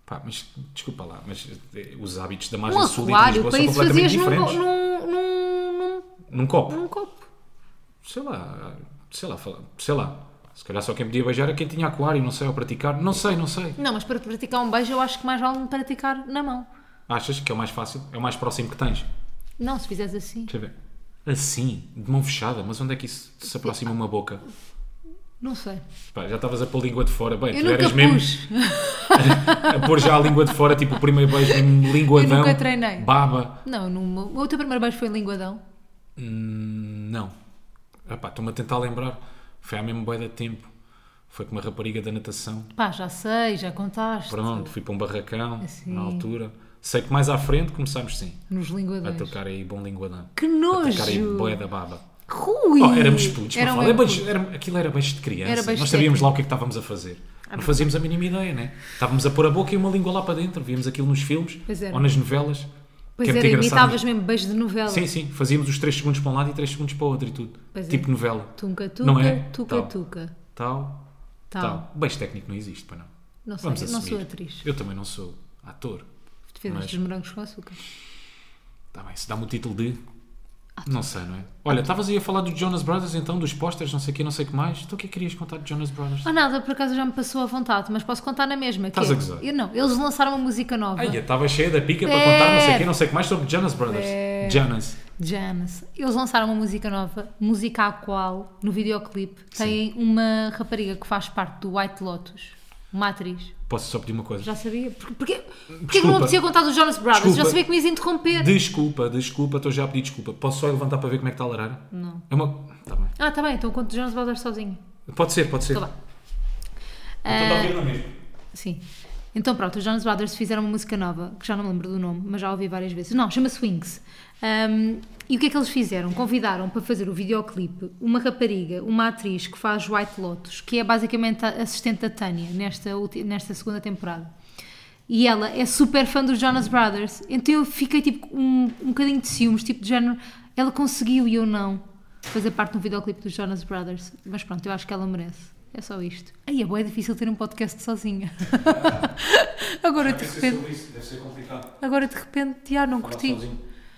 Pá, mas desculpa lá, mas eh, os hábitos da
Um
margem sul e de
aquário,
Lisboa
para
são
isso
completamente
fazias num,
diferentes.
num, num,
Num copo.
num copo.
Sei lá, sei lá, fala- sei lá. Se calhar só quem podia beijar era quem tinha aquário, não sei, ou praticar. Não sei, não sei.
Não, mas para praticar um beijo eu acho que mais vale praticar na mão.
Achas que é o mais fácil? É o mais próximo que tens?
Não, se fizeres assim.
Deixa eu ver. Assim, de mão fechada, mas onde é que isso se aproxima uma boca?
Não sei.
Pá, já estavas a pôr a língua de fora. Bem,
Eu
tu
nunca
eras
pus.
mesmo a pôr já a língua de fora, tipo o primeiro
(laughs)
beijo, mesmo linguadão.
nunca treinei.
Baba.
Não, numa... o teu primeiro beijo foi em linguadão.
Hum, não. Epá, Estou-me a tentar lembrar. Foi há mesmo boia de tempo. Foi com uma rapariga da natação.
Pá, já sei, já contaste.
Pronto, fui para um barracão
Assim.
na altura. Sei que mais à frente começámos sim
Nos
a
linguadões.
tocar aí bom linguadão.
Que
A tocar aí
nojo!
boia da baba.
Rui!
Oh, éramos putos,
Era
era
um beijo
beijo, era- aquilo era beijo de criança.
Era Ah, beijo
Nós sabíamos
técnico.
lá o que é que estávamos a fazer. Não fazíamos a mínima ideia, né? Estávamos a pôr a boca e uma língua lá para dentro. Víamos aquilo nos filmes
Pois era.
ou nas novelas.
Pois
que é
era,
muito engraçado.
imitavas mesmo beijo de novela.
Sim, sim. Fazíamos os 3 segundos para um lado e 3 segundos para o outro e tudo.
Pois é.
tipo novela.
Tunca,
Não
tuca,
é?
tuca,
Tal.
tuca.
Tal,
Tal.
tal. Beijo técnico não existe, para não.
Não sei,
Vamos
eu não
assumir.
sou atriz.
Eu também não sou ator.
Defendas
Mas-
dos morangos com açúcar.
Tá bem, se dá-me o título de. Não sei, não é? Olha, estavas aí a falar do Jonas Brothers então, dos posters, não sei o que, não sei o que mais. Então o que é que querias contar de Jonas Brothers?
Ah, nada, por acaso já me passou à vontade, mas posso contar na mesma. que
Estás
é-
a gozar.
Eu não, eles lançaram uma música nova.
Ai, eu estava cheia da pica para
É.
contar não sei o que,
Pera.
não sei o que mais sobre Jonas Brothers.
Pera.
Jonas.
Janice. Eles lançaram uma música nova, música à qual, no videoclipe, tem uma rapariga que faz parte do White Lotus, uma atriz.
Posso só pedir uma coisa?
Já sabia? Por- Porquê, porquê é que não
Desculpa.
apetecia contar dos Jonas Brothers?
Desculpa.
Já sabia que me ias interromper.
Desculpa, desculpa, estou já a pedir desculpa. Posso só levantar para ver como é que está a larar?
Não.
É uma. Tá bem.
Ah, tá bem, então conto dos Jonas Brothers sozinho.
Pode ser, pode ser.
Tá bem.
Então está a ouvir na mesma.
Sim. Então pronto, os Jonas Brothers fizeram uma música nova, que já não me lembro do nome, mas já ouvi várias vezes. Não, chama-se Wings. Um, e o que é que eles fizeram? Convidaram para fazer o videoclipe uma rapariga, uma atriz que faz White Lotus, que é basicamente a assistente da Tânia nesta, ulti- nesta segunda temporada. E ela é super fã dos Jonas Brothers. Então eu fiquei tipo com um, um bocadinho de ciúmes, tipo de género, ela conseguiu e eu não fazer parte de um videoclipe dos Jonas Brothers. Mas pronto, eu acho que ela merece. É só isto. Aí é bué difícil ter um podcast sozinha. agora de repente,
isso, deve ser complicado.
agora de repente, já não curti.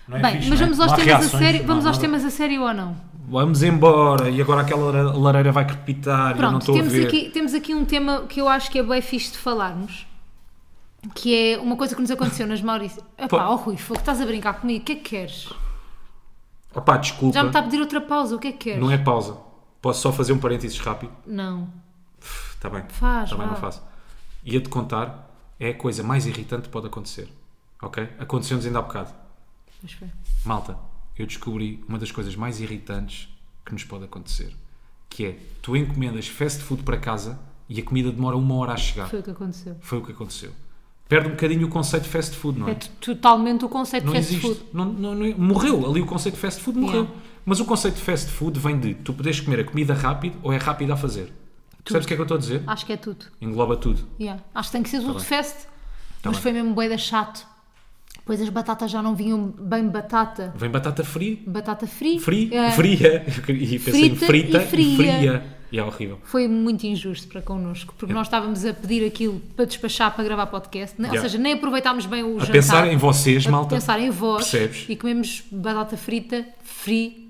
Não é?
Bem, mas vamos aos temas a sério, vamos aos temas a sério ou não?
Vamos embora e agora aquela lare- lareira vai crepitar e eu não
Pronto,
estou a
temos
ver.
aqui, temos aqui um tema que eu acho que é bem fixe de falarmos, que é uma coisa que nos aconteceu nas Maurícias. Epá,
Pô.
oh Rui, fogo, estás a brincar comigo, o que é que queres?
Opá, desculpa.
Já me está a pedir outra pausa, o que é que queres?
Não é pausa. Posso só fazer um parênteses rápido?
Não.
Está Tipo, tá bem.
Faz,
Está bem,
vá.
não faço. Ia-te contar, é a coisa mais irritante que pode acontecer. Ok? Aconteceu-nos ainda há bocado.
Mas foi.
Malta, eu descobri uma das coisas mais irritantes que nos pode acontecer. Que é, tu encomendas fast food para casa e a comida demora uma hora a chegar.
Foi o que aconteceu.
Foi o que aconteceu. Perde um bocadinho o conceito de fast food, não é?
É t- totalmente o conceito
não
de fast
existe.
food.
Não- não- não- morreu. Ali o conceito de fast food morreu.
Yeah.
Mas o conceito de fast food vem de tu podes comer a comida rápido ou é rápido a fazer. Percebes o que é que eu estou a dizer?
Acho que é tudo.
Engloba tudo.
Yeah. Acho que tem que ser tudo
Tá bem. Tá
fest. mas
bem.
foi mesmo bué da chato. Pois as batatas já não vinham bem batata.
Vem batata fria.
Batata free.
Fri,
É.
Fria. (laughs) E pensei
Frita
em
e
frita e
fria.
fria. E é horrível.
Foi muito injusto para connosco, porque nós estávamos a pedir aquilo para despachar para gravar podcast, né?
Yeah.
ou seja, nem aproveitámos bem o
A
jantar.
pensar em vocês,
a
malta.
pensar em vós
Percebes?
e comemos batata frita, free.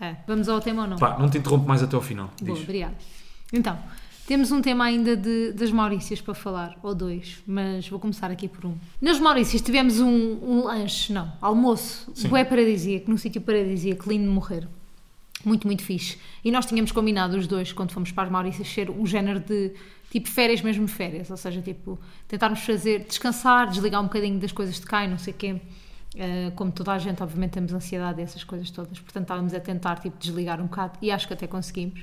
É, Vamos ao tema ou não?
Pá, não te interrompo mais até ao final.
Boa,
Diz.
obrigada. Então, temos um tema ainda de- das Maurícias para falar, ou dois, mas vou começar aqui por um. Nas Maurícias tivemos um, um lanche, não, almoço,
Sim.
bué paradisíaco, num sítio paradisíaco, lindo de morrer. Muito, muito fixe. E nós tínhamos combinado os dois, quando fomos para as Maurícias, ser um género de tipo férias, mesmo férias, ou seja, tipo, tentarmos fazer, descansar, desligar um bocadinho das coisas de cá e não sei o quê. Uh, como toda a gente, obviamente, temos ansiedade e essas coisas todas, portanto, estávamos a tentar tipo, desligar um bocado e acho que até conseguimos.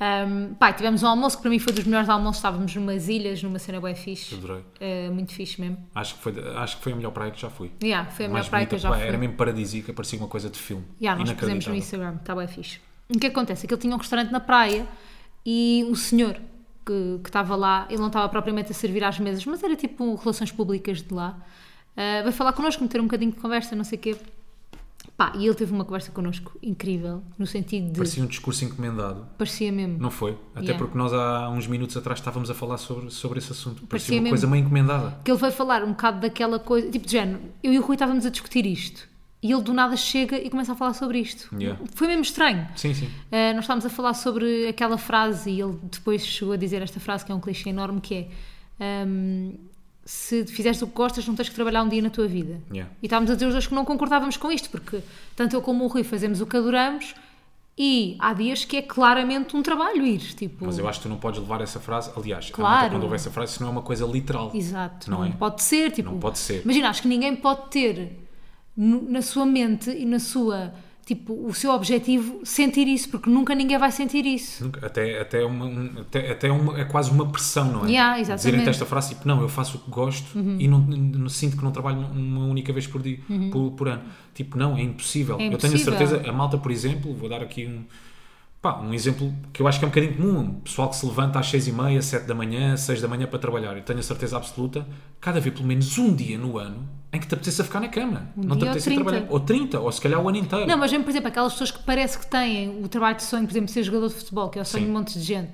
Um, pá, tivemos um almoço que para mim foi dos melhores almoços, estávamos numas ilhas, numa cena bué fixe,
Adorei.
Uh, muito fixe mesmo.
Acho que, foi, acho que foi a melhor praia que já fui.
Yeah, foi a melhor
Mais
praia que eu já
bonita, pá,
fui.
Era mesmo paradisíaca, parecia uma coisa de filme.
Yeah, nós pusemos no
Inacreditável.
Instagram, está bem fixe. O que acontece? É que ele tinha um restaurante na praia e o senhor que que estava lá, ele não estava propriamente a servir às mesas, mas era tipo relações públicas de lá, ah, veio falar connosco, meter um bocadinho de conversa, não sei o quê. Pá, e ele teve uma conversa connosco incrível, no sentido de. Parecia,
Parecia um discurso encomendado.
mesmo.
Não foi? Até
Yeah.
porque nós há uns minutos atrás estávamos a falar sobre, sobre esse assunto. Parecia,
Parecia
uma
mesmo.
coisa meio encomendada.
que ele veio falar um bocado daquela coisa, tipo de género, eu e o Rui estávamos a discutir isto e ele do nada chega e começa a falar sobre isto.
Yeah.
Foi mesmo estranho.
Sim, sim.
Uh, nós estávamos a falar sobre aquela frase e ele depois chegou a dizer esta frase que é um clichê enorme que é um, se fizeres o que gostas não tens que trabalhar um dia na tua vida
Yeah.
e estávamos a dizer os dois que não concordávamos com isto porque tanto eu como o Rui fazemos o que adoramos e há dias que é claramente um trabalho ir tipo
Mas eu acho que tu não podes levar essa frase. Aliás, a
Claro.
malta quando houve essa frase, isso não é uma coisa literal.
Exato,
Não
não,
é?
pode ser. Tipo,
Não pode ser.
Imagina, acho que ninguém pode ter no- na sua mente e na sua, tipo, o seu objetivo sentir isso, porque nunca ninguém vai sentir isso.
Nunca- Até, até, uma, um- até, até uma- é quase uma pressão, não é?
Yeah, exatamente. Uhum.
Dizerem-te esta frase, tipo, não, eu faço o que gosto e não, não- sinto que não trabalho uma única vez por dia, por, por ano. Tipo, não, é impossível.
É
Eu tenho a
impossível.
certeza, a malta, por exemplo, vou dar aqui um, pá, um exemplo que eu acho que é um bocadinho comum. Pessoal que se levanta às seis e meia, sete da manhã, seis da manhã para trabalhar. Eu tenho a certeza absoluta que há de haver pelo menos um dia no ano em que te apeteça ficar na cama. não
Um
te
dia ou
apeteça
30.
trabalhar. Ou 30, ou se calhar o ano inteiro.
Não, mas mesmo, por exemplo, aquelas pessoas que parece que têm o trabalho de sonho, por exemplo, ser jogador de futebol, que é o sonho
Sim.
de montes de gente.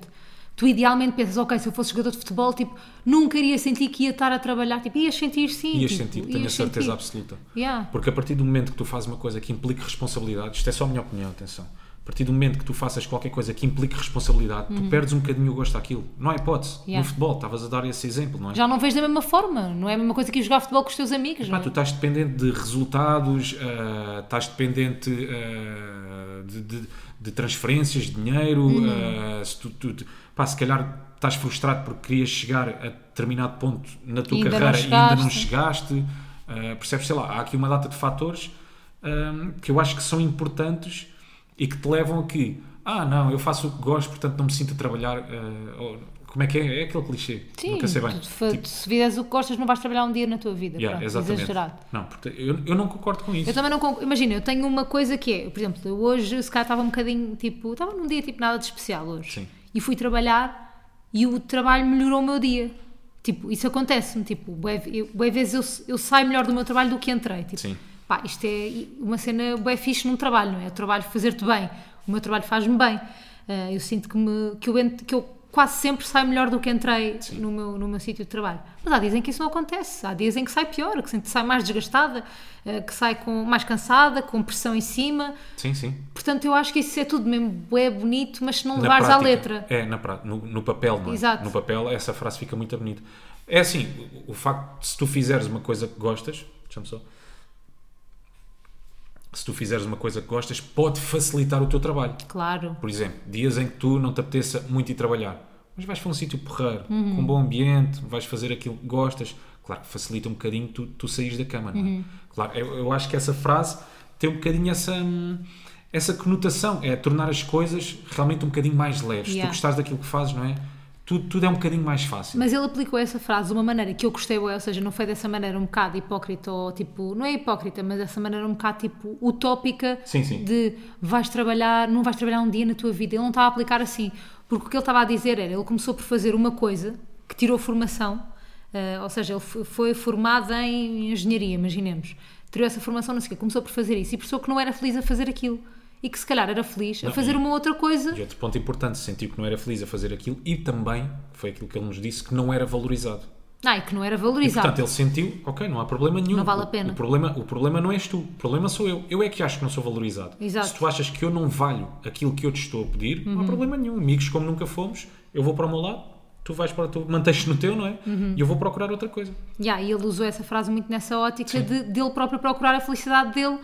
Tu idealmente pensas, ok, se eu fosse jogador de futebol, tipo, nunca iria sentir que ia estar a trabalhar, tipo, ias sentir sim.
Ias
tipo,
sentir, tenho a
ias
certeza
sentir.
absoluta.
Yeah.
Porque a partir do momento que tu fazes uma coisa que implique responsabilidade, isto é só a minha opinião, atenção. A partir do momento que tu faças qualquer coisa que implique responsabilidade, tu perdes um bocadinho o gosto daquilo. Não há hipótese.
Yeah.
No futebol, estavas a dar esse exemplo, não é?
Já não vês da mesma forma, não é a mesma coisa que ir jogar futebol com os teus amigos,
Pá,
não é?
tu estás dependente de resultados, ah, estás dependente ah, de, de- de transferências, de dinheiro.
Uhum.
ah, se, tu, tu- tu- pá, se calhar estás frustrado porque querias chegar a determinado ponto na tua
E ainda não
carreira e ainda não
chegaste.
chegaste. ah, percebes? Sei lá, há aqui uma data de fatores ah, que eu acho que são importantes e que te levam a que, ah, não, eu faço o que gosto, portanto não me sinto a trabalhar. ah, ou- como é que é? É aquele clichê.
Sim,
Nunca sei bem.
tu- fa-
Tipo,
se fizeres o que gostas, não vais trabalhar um dia na tua vida.
Yeah,
Pronto,
exatamente.
Exagerado.
Não, porque eu, eu não concordo com isso.
Eu também não concordo. Imagina, eu tenho uma coisa que é, por exemplo, eu hoje se calhar estava um bocadinho tipo, estava num dia tipo nada de especial hoje.
Sim.
E fui trabalhar e o trabalho melhorou o meu dia. Tipo, isso acontece-me. Tipo, bué- eu- bué vezes eu, eu saio melhor do meu trabalho do que entrei. Tipo,
Sim.
pá, isto é uma cena bem fixe num trabalho, não é? O trabalho fazer-te bem. O meu trabalho faz-me bem. Ah, eu sinto que, me, que, eu ent- que eu quase sempre saio melhor do que entrei no meu, no meu sítio de trabalho. Mas há dias em que isso não acontece. Há dias em que sai pior, que sinto que sai mais desgastada, ah, que sai com, mais cansada, com pressão em cima.
Sim, sim.
Portanto, eu acho que isso é tudo mesmo é bonito, mas se não
Na
levares à
prática.
letra.
É, na prática. No, no papel, não é?
Exato.
No papel, essa frase fica muito bonita. É assim, o, o facto de se tu fizeres uma coisa que gostas, deixa-me só. Se tu fizeres uma coisa que gostas, pode facilitar o teu trabalho.
Claro.
Por exemplo, dias em que tu não te apeteça muito ir trabalhar, mas vais para um sítio porreiro,
Uhum.
com um bom ambiente, vais fazer aquilo que gostas. Claro que facilita um bocadinho tu, tu saís da cama, não é?
Uhum.
Claro, eu, eu acho que essa frase tem um bocadinho essa, hum, essa conotação, é tornar as coisas realmente um bocadinho mais leves.
Yeah.
Tu gostares daquilo que fazes, não é? tudo, tudo é um bocadinho mais fácil.
Mas ele aplicou essa frase de uma maneira que eu gostei bué, ou seja, não foi dessa maneira um bocado hipócrita ou tipo, não é hipócrita, mas dessa maneira um bocado tipo utópica
Sim, sim.
de vais trabalhar, não vais trabalhar um dia na tua vida. Ele não estava a aplicar assim, porque o que ele estava a dizer era, ele começou por fazer uma coisa que tirou formação, eh, ou seja, ele fo- foi formado em engenharia, imaginemos. Tirou essa formação, não sei o quê, começou por fazer isso e percebeu que não era feliz a fazer aquilo. E que se calhar era feliz a fazer uma outra coisa
E outro ponto importante, sentiu que não era feliz a fazer aquilo e também, foi aquilo que ele nos disse, que não era valorizado.
Ah, e que não era
E,
valorizado.
portanto, ele sentiu, ok, não há problema nenhum.
Não vale a
O-
pena.
O, problema, o problema não és tu, o problema sou eu. Eu é que acho que não sou valorizado.
Exato. Uhum.
Se tu achas que eu não valho aquilo que eu te estou a pedir, não há problema nenhum. Amigos como nunca fomos, eu vou para o meu lado, tu vais para o teu, mantens-te no teu, não é?
Uhum.
E eu vou procurar outra coisa.
Yeah, e ele usou essa frase muito nessa ótica de dele próprio procurar a felicidade dele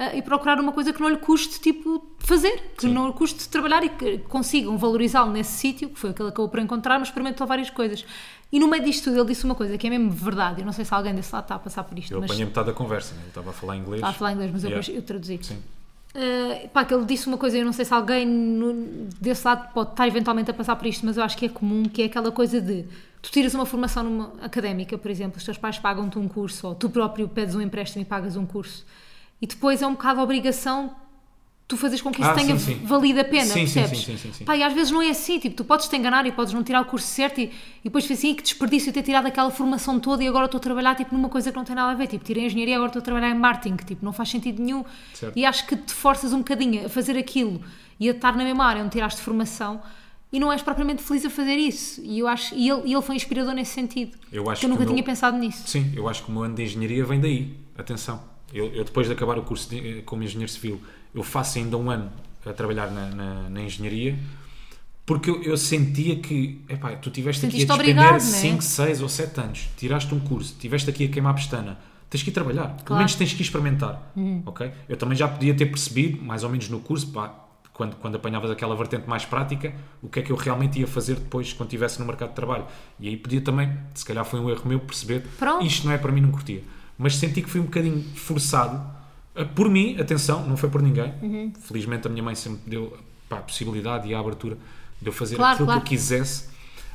ah, e procurar uma coisa que não lhe custe tipo fazer, que
Sim.
não lhe custe trabalhar e que consigam valorizá-lo nesse sítio, que foi o que ele acabou por encontrar, mas experimentou várias coisas. E no meio disto tudo ele disse uma coisa que é mesmo verdade, eu não sei se alguém desse lado está a passar por isto,
Eu
mas
apanhei metade da conversa, né? ele estava a falar inglês.
está a falar inglês, mas eu,
Yeah.
depois eu traduzi.
Sim.
Uh, pá, que ele disse uma coisa, eu não sei se alguém no- desse lado pode estar eventualmente a passar por isto, mas eu acho que é comum, que é aquela coisa de tu tiras uma formação numa académica, por exemplo, os teus pais pagam-te um curso, ou tu próprio pedes um empréstimo e pagas um curso, e depois é um bocado a obrigação tu fazes com que isso
Ah,
tenha
sim, sim.
valido a pena,
Sim, sim,
percebes?
sim, sim, sim, sim.
Pá, e às vezes não é assim, tipo, tu podes te enganar e podes não tirar o curso certo e, e depois foi assim, "Ih, que desperdício ter tirado aquela formação toda e agora estou a trabalhar tipo numa coisa que não tem nada a ver, tipo, tirei engenharia e agora estou a trabalhar em marketing, que, tipo, não faz sentido nenhum.
Certo.
E acho que te forças um bocadinho a fazer aquilo e a estar na mesma área onde tiraste formação e não és propriamente feliz a fazer isso. E eu acho, e ele, e ele foi inspirador nesse sentido.
Eu acho
que eu nunca
que o
tinha
meu-
pensado nisso.
Sim, eu acho que o meu ano de engenharia vem daí. Atenção, eu, eu depois de acabar o curso de- eh, como engenheiro civil, eu faço ainda um ano a trabalhar na, na- na engenharia, porque eu, eu sentia que, epá, tu tiveste aqui a
Sentiste
despender
obrigado, não é?
5, 6 ou 7 anos, tiraste um curso, tiveste aqui a queimar a pestana, tens que ir trabalhar, pelo
Claro. Hum.
menos tens que ir experimentar, ok? Eu também já podia ter percebido, mais ou menos no curso, pá, quando, quando apanhavas aquela vertente mais prática, o que é que eu realmente ia fazer depois quando estivesse no mercado de trabalho. E aí podia também, se calhar foi um erro meu, perceber
Pronto.
isto não é para mim, não curtia. Mas senti que fui um bocadinho forçado, eh, por mim, atenção, não foi por ninguém.
Uhum.
Felizmente a minha mãe sempre me deu pá, a possibilidade e a abertura de eu fazer
Claro,
aquilo
claro.
que eu quisesse,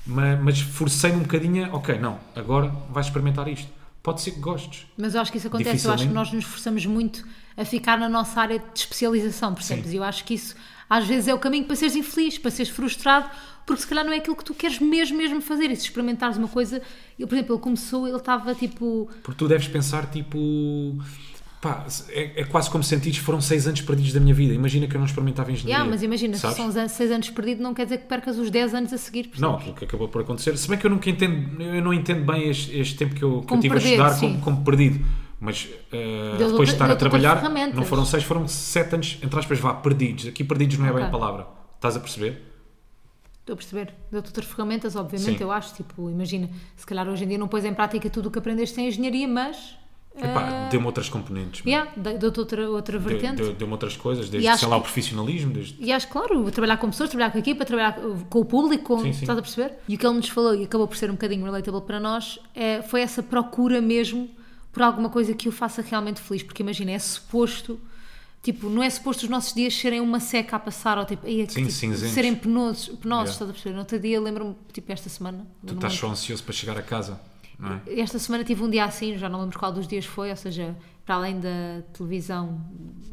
mas, mas forcei-me um bocadinho, a, ok, não, agora vais experimentar isto. Pode ser que gostes.
Mas eu acho que isso acontece, eu acho que
Dificilmente.
nós nos esforçamos muito a ficar na nossa área de especialização, percebes?
Sim.
E eu acho que isso às vezes é o caminho para seres infeliz, para seres frustrado, porque se calhar não é aquilo que tu queres mesmo, mesmo fazer. E se experimentares uma coisa, eu, por exemplo, ele começou, ele estava tipo.
Porque tu deves pensar, tipo. Pá, é, é quase como sentires foram seis anos perdidos da minha vida. Imagina que eu não experimentava engenharia.
Yeah, mas imagina,
sabes?
se são 6 anos perdidos, não quer dizer que percas os 10 anos a seguir. percebes?
Não, aquilo que acabou por acontecer. Se bem que eu nunca entendo, eu não entendo bem este, este tempo que eu, que eu
Como
tive
perdido,
a estudar
sim.
como, como perdido. Mas eh,
Deu-
depois de estar a
deu-te outras
trabalhar,
ferramentas.
não foram seis, foram sete anos, entre aspas, vá, perdidos. Aqui perdidos não é bem
Ok.
a palavra. Estás a perceber?
Estou a perceber. Deu-te outras ferramentas, obviamente,
Sim.
eu acho. Tipo, imagina, se calhar hoje em dia não pões em prática tudo o que aprendeste em engenharia, mas.
Epá, deu-me outras componentes. meu.
Eh, Yeah, deu- deu-te outra, outra
Deu-
vertente.
deu- Deu-me outras coisas,
E
desde,
acho
sei lá,
que-
o profissionalismo, desde...
E acho, claro, trabalhar com pessoas, trabalhar com a equipa, trabalhar com o público, com,
Sim, sim.
estás a perceber? E o que ele nos falou, e acabou por ser um bocadinho relatable para nós, é, foi essa procura mesmo por alguma coisa que o faça realmente feliz. Porque imagina, é suposto, tipo, não é suposto os nossos dias serem uma seca a passar, ou tipo, "Ei, é que,
Sim,
tipo,
cinzentos.
serem penosos, penosos
Yeah.
estás a perceber? No outro dia, lembro-me, tipo, esta semana.
Tu
não
estás
me
só ansioso para chegar a casa, não é?
esta semana tive um dia assim, já não lembro qual dos dias foi, ou seja, para além da televisão,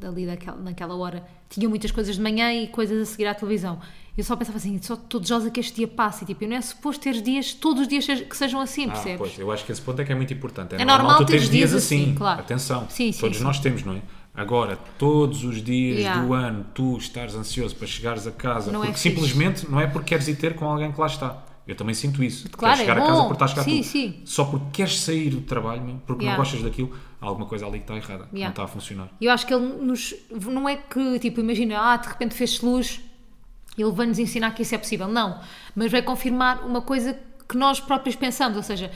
ali daquela, naquela hora, tinha muitas coisas de manhã e coisas a seguir à televisão. Eu só pensava assim, só estou desejosa que este dia passe, e tipo, não é suposto ter dias, todos os dias sej- que sejam assim,
Ah,
percebes?
pois, eu acho que esse ponto é que é muito importante.
É normal
tu
ter
teres
dias
dias assim,
assim, claro.
atenção,
Sim, sim,
todos
sim.
nós temos, não é? Agora, todos os dias
Yeah.
do ano, tu estás ansioso para chegares a casa,
Não é
porque
fixe.
simplesmente não é porque queres ir ter com alguém que lá está. Eu também sinto isso.
Claro,
queres chegar
é
a casa
bom.
porque estás cá
Sim,
tu.
sim.
Só porque queres sair do trabalho, meu, porque
Yeah.
não gostas daquilo, há alguma coisa ali que está errada, que
Yeah.
não está a funcionar.
E eu acho que ele nos. Não é que, tipo, imagina, ah, de repente fez-se luz, ele vai nos ensinar que isso é possível. Não. Mas vai confirmar uma coisa que nós próprios pensamos, ou seja,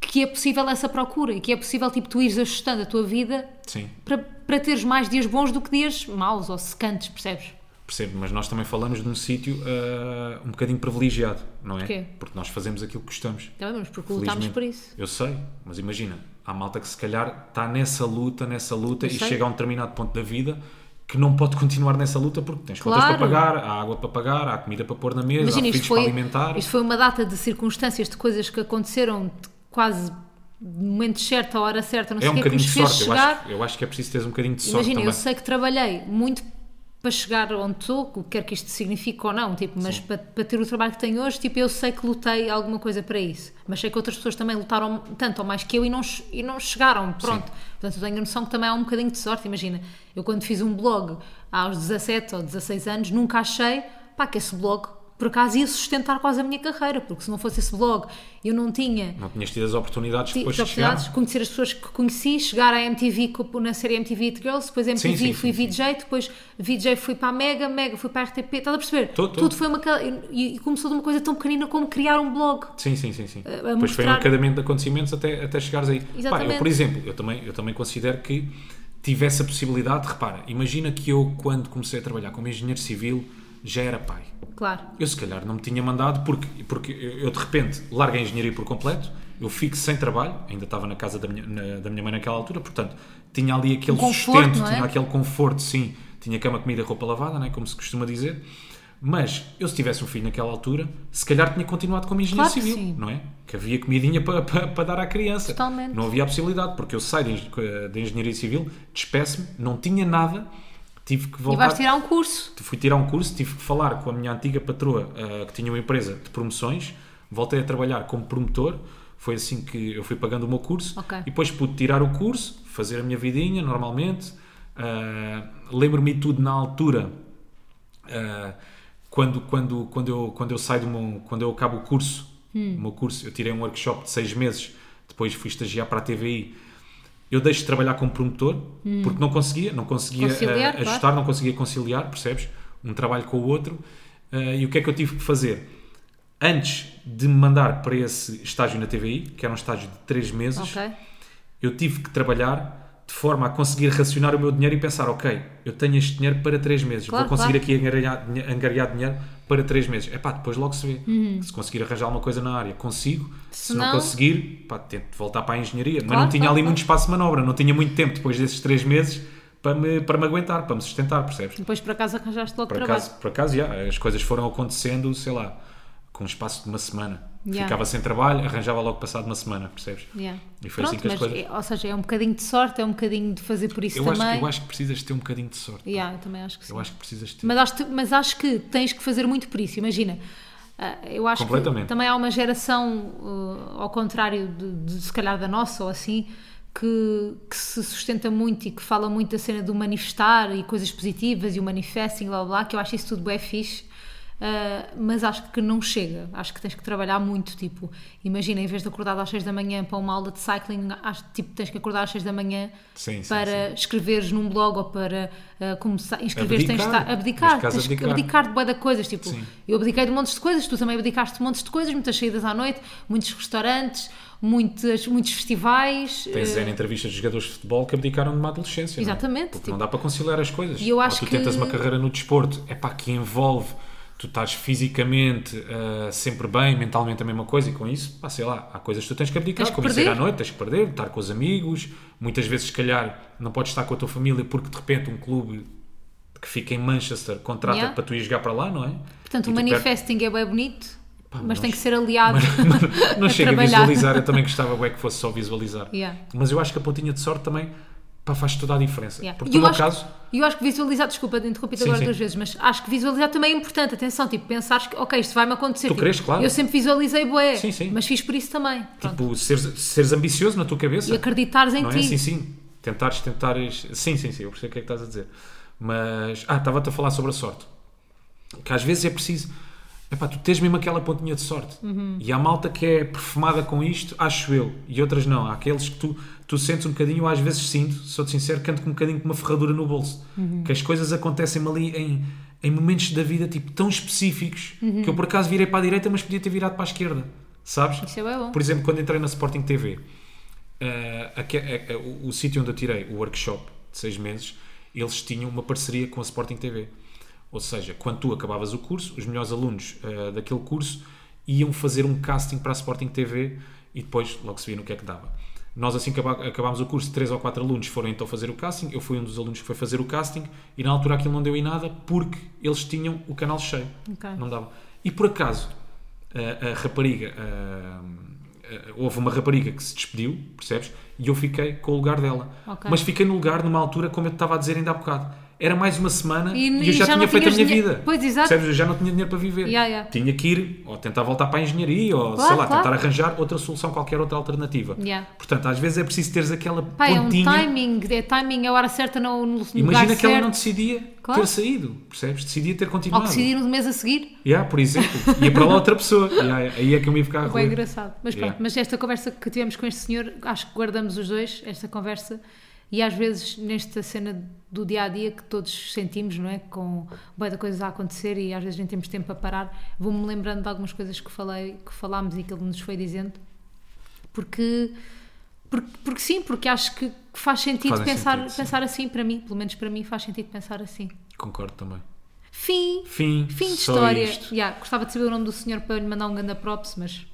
que é possível essa procura e que é possível, tipo, tu ires ajustando a tua vida
Sim.
para, para teres mais dias bons do que dias maus ou secantes, percebes?
Percebo, mas nós também falamos de um sítio ah, um bocadinho privilegiado, não é?
Porquê?
Porque nós fazemos aquilo que gostamos.
Também, mas porque lutámos
Felizmente.
por isso.
Eu sei, mas imagina, há malta que se calhar está tá nessa luta, nessa luta
Eu
e
sei.
chega a um determinado ponto da vida que não pode continuar nessa luta porque tens contas
Claro.
para pagar, há água para pagar, há comida para pôr na mesa, há
Imagina,
filhos
isto foi,
para alimentar.
isto foi uma data de circunstâncias, de coisas que aconteceram de quase no momento certo, à hora certa, não
é
sei
um
o que é que
bocadinho
nos
de
fez
sorte. Eu
chegar.
acho, eu acho que é preciso teres um bocadinho de sorte
Imagina, eu
também.
sei que trabalhei muito para chegar onde estou, o que quer que isto signifique ou não, tipo, mas para, para ter o trabalho que tenho hoje, tipo, eu sei que lutei alguma coisa para isso, mas sei que outras pessoas também lutaram tanto ou mais que eu e não, che- e não chegaram, pronto. Portanto, eu tenho a noção que também há um bocadinho de sorte. Imagina, eu quando fiz um blog aos 17 ou 16 anos, nunca achei, pá, que esse blog por acaso ia sustentar quase a minha carreira, porque se não fosse esse blog eu não tinha
Não tinhas tido as oportunidades
Sim,
depois
as
de chegar.
oportunidades, conhecer as pessoas que conheci, chegar à MTV co- na série MTV It Girls, depois MTV
Sim, sim,
fui
sim,
VJ, depois VJ fui para a Mega, Mega fui para a RTP, estás a perceber?
Tô, tô.
Tudo foi uma ca- e, e começou de uma coisa tão pequenina como criar um blog.
Sim, sim, sim. sim.
a
Depois foi um
mostrar-
encadamento de acontecimentos até, até chegares aí. Pá, eu,
Exatamente.
por exemplo, eu também, eu também considero que tivesse a possibilidade, repara, imagina que eu, quando comecei a trabalhar como engenheiro civil, já era pai.
Claro.
Eu, se calhar, não me tinha mandado porque, porque eu, eu, de repente, largo a engenharia por completo, eu fico sem trabalho, ainda estava na casa da minha, na- da minha mãe naquela altura, portanto, tinha ali aquele
Um conforto,
sustento,
não é?
tinha aquele conforto, sim, tinha cama, comida, roupa lavada, não é? como se costuma dizer. Mas eu, se tivesse um filho naquela altura, se calhar tinha continuado como engenheiro
Claro que
civil,
sim.
não é? Que havia comidinha para pa, pa dar à criança.
Totalmente.
Não havia a possibilidade, porque eu saio de, eng- de engenharia civil, despeço-me, não tinha nada, tive que
E
voltar.
vais tirar um curso.
Fui tirar um curso, tive que falar com a minha antiga patroa, ah, que tinha uma empresa de promoções, voltei a trabalhar como promotor, foi assim que eu fui pagando o meu curso,
Ok.
e depois pude tirar o curso, fazer a minha vidinha normalmente, Ah, lembro-me de tudo na altura, ah, quando, quando, quando, eu, quando eu saio do meu, quando eu acabo o curso,
Hum.
o meu curso, eu tirei um workshop de seis meses, depois fui estagiar para a TVI, eu deixo de trabalhar como promotor, porque não conseguia, não conseguia
Conciliar, Hum.
eh,
claro.
ajustar estar, não conseguia conciliar, percebes? Um trabalho com o outro. Eh, e o que é que eu tive que fazer? Antes de me mandar para esse estágio na TVI, que era um estágio de 3 meses,
Ok.
eu tive que trabalhar de forma a conseguir racionar o meu dinheiro e pensar, ok, eu tenho este dinheiro para 3 meses,
Claro,
vou conseguir aqui angariar, dinhe- angariar dinheiro para 3 meses. É pá, depois logo se vê. Se conseguir arranjar alguma coisa na área, consigo. Se,
Uhum. Se
não,
não-
conseguir, pá, tento voltar para a engenharia. Mas
Claro,
não tinha
claro,
ali
claro.
muito espaço de manobra, não tinha muito tempo depois desses 3 meses para me, para me aguentar, para me sustentar, percebes?
Depois por acaso arranjaste logo
Por
trabalho.
acaso, por acaso já, as coisas foram acontecendo, sei lá, com um espaço de uma semana.
Yeah.
Ficava sem trabalho, arranjava logo passado uma semana, percebes?
Yeah.
E foi assim
Pronto,
que as
mas
coisas-
é- ou seja, é um bocadinho de sorte, é um bocadinho de fazer por isso
Eu acho,
também.
eu acho que precisas ter um bocadinho de sorte.
Yeah, eu também acho que sim.
Eu acho que precisas ter.
Mas acho, mas acho que tens que fazer muito por isso, imagina. ah, Eu acho que
Completamente.
também há uma geração, ah, ao contrário de, de, se calhar da nossa ou assim, que, que se sustenta muito e que fala muito da cena do manifestar e coisas positivas e o manifesting, blá blá, blá que eu acho isso tudo bem fixe. ah, mas acho que não chega, acho que tens que trabalhar muito. Tipo, imagina, em vez de acordar às 6 da manhã para uma aula de cycling, acho que tipo, tens que acordar às 6 da manhã
Sim, sim,
para escreveres num blog ou para ah, começar, inscreveres, tens de
Abdicar.
estar abdicar,
Neste caso,
tens que
abdicar.
abdicar abdicar de bué de coisas, tipo,
Sim.
eu abdiquei de montes de coisas, tu também abdicaste de montes de coisas, muitas saídas à noite, muitos restaurantes, muitas, muitos festivais.
Tens é,
eh,
zero entrevistas de jogadores de futebol que abdicaram de uma adolescência. não é?
Exatamente,
Porque
tipo-
não dá para conciliar as coisas.
E eu acho
Ou tu
que-
tentas uma carreira no desporto, é pá, que envolve. Tu estás fisicamente ah, sempre bem, mentalmente a mesma coisa, e com isso, pá, sei lá, há coisas que tu tens que abdicar,
Tens que
como sair
perder.
à noite, tens que perder, estar com os amigos, muitas vezes, se calhar, não podes estar com a tua família porque de repente um clube que fica em Manchester contrata
Yeah.
para tu ir jogar para lá, não é?
portanto,
E
o
tu perdes-
manifesting é bem bonito, mas
não
tem que ser
(laughs)
aliado. (laughs)
não
a
chega a
trabalhar.
visualizar, eu também gostava bué que fosse só visualizar.
Yeah.
Mas eu acho que a pontinha de sorte também pá, faz toda a diferença.
Yeah.
Porque um
E
no meu
acho,
caso,
e eu acho que visualizar, desculpa de interromper
Sim,
agora
sim.
duas vezes, mas acho que visualizar também é importante. Atenção, tipo, pensares que, ok, isto vai-me acontecer.
Tu
tipo,
queres, claro.
Eu sempre visualizei boé,
Sim, sim.
mas fiz por isso também. Pronto.
tipo, seres, seres ambicioso na tua cabeça.
e acreditares em
não
ti.
é? Sim, sim. Tentares, tentares. Sim, sim, sim. Eu percebo o que é que estás a dizer. Mas. Ah, estava-te a falar sobre a sorte. Que às vezes é preciso. Epá, tu tens mesmo aquela pontinha de sorte.
Uhum.
E há malta que é perfumada com isto, acho eu. E outras não. Há aqueles que tu, tu sentes um bocadinho, eu às vezes sinto, sou-te sincero, canto com um bocadinho com uma ferradura no bolso.
Uhum.
Que as coisas acontecem-me ali em, em momentos da vida tipo, tão específicos
Uhum.
que eu por acaso virei para a direita, mas podia ter virado para a esquerda. Sabes?
Isso é bué bom.
Por exemplo, quando entrei na Sporting TV, eh, aque- eh, eh, o, o sítio onde eu tirei o workshop de seis meses, eles tinham uma parceria com a Sporting TV. Ou seja, quando tu acabavas o curso, os melhores alunos eh, daquele curso iam fazer um casting para a Sporting TV e depois logo se via no que é que dava. Nós, assim que acaba- acabámos o curso, três ou quatro alunos foram então fazer o casting. Eu fui um dos alunos que foi fazer o casting e na altura aquilo não deu em nada porque eles tinham o canal cheio.
Ok.
Não dava. E por acaso, a, a rapariga, a- a- houve uma rapariga que se despediu, percebes? E eu fiquei com o lugar dela.
Ok.
Mas fiquei no lugar numa altura, como eu te estava a dizer ainda há bocado. Era mais uma semana
E-
e,
e
eu já,
já não
tinha feito a minha
tinhas dinhe-
vida.
Pois, exato.
Percebes? Eu já não tinha dinheiro para viver.
Ya, ya.
Tinha que ir, ou tentar voltar para a engenharia, ou
Claro,
sei lá,
claro.
tentar arranjar outra solução, qualquer outra alternativa.
Ya.
Portanto, às vezes é preciso teres aquela
Pá, é um
pontinha.
timing, é timing, é a hora certa no, no lugar
Imagina que
certo.
ela não decidia
Claro.
ter saído, percebes? Decidia ter
Ou
continuado.
decidiram no mês a seguir.
Yeah, por exemplo, ia para lá outra pessoa. Yeah, aí é que eu me ia ficar
Bem
ruim.
engraçado. Mas pronto,
Yeah.
mas esta conversa que tivemos com este senhor, acho que guardamos os dois, esta conversa, e às vezes nesta cena do dia a dia que todos sentimos, não é? Com boia de coisas a acontecer e às vezes nem temos tempo para parar, vou-me lembrando de algumas coisas que, falei, que falámos e que ele nos foi dizendo, porque. Porque, porque sim, porque acho que que faz sentido,
Fazem
pensar,
sentido, sim.
pensar assim para mim, pelo menos para mim faz sentido pensar assim.
Concordo também.
Fim!
Fim,
Fim de
só
história.
isto.
Yeah, gostava de saber o nome do senhor para lhe mandar um ganda props, mas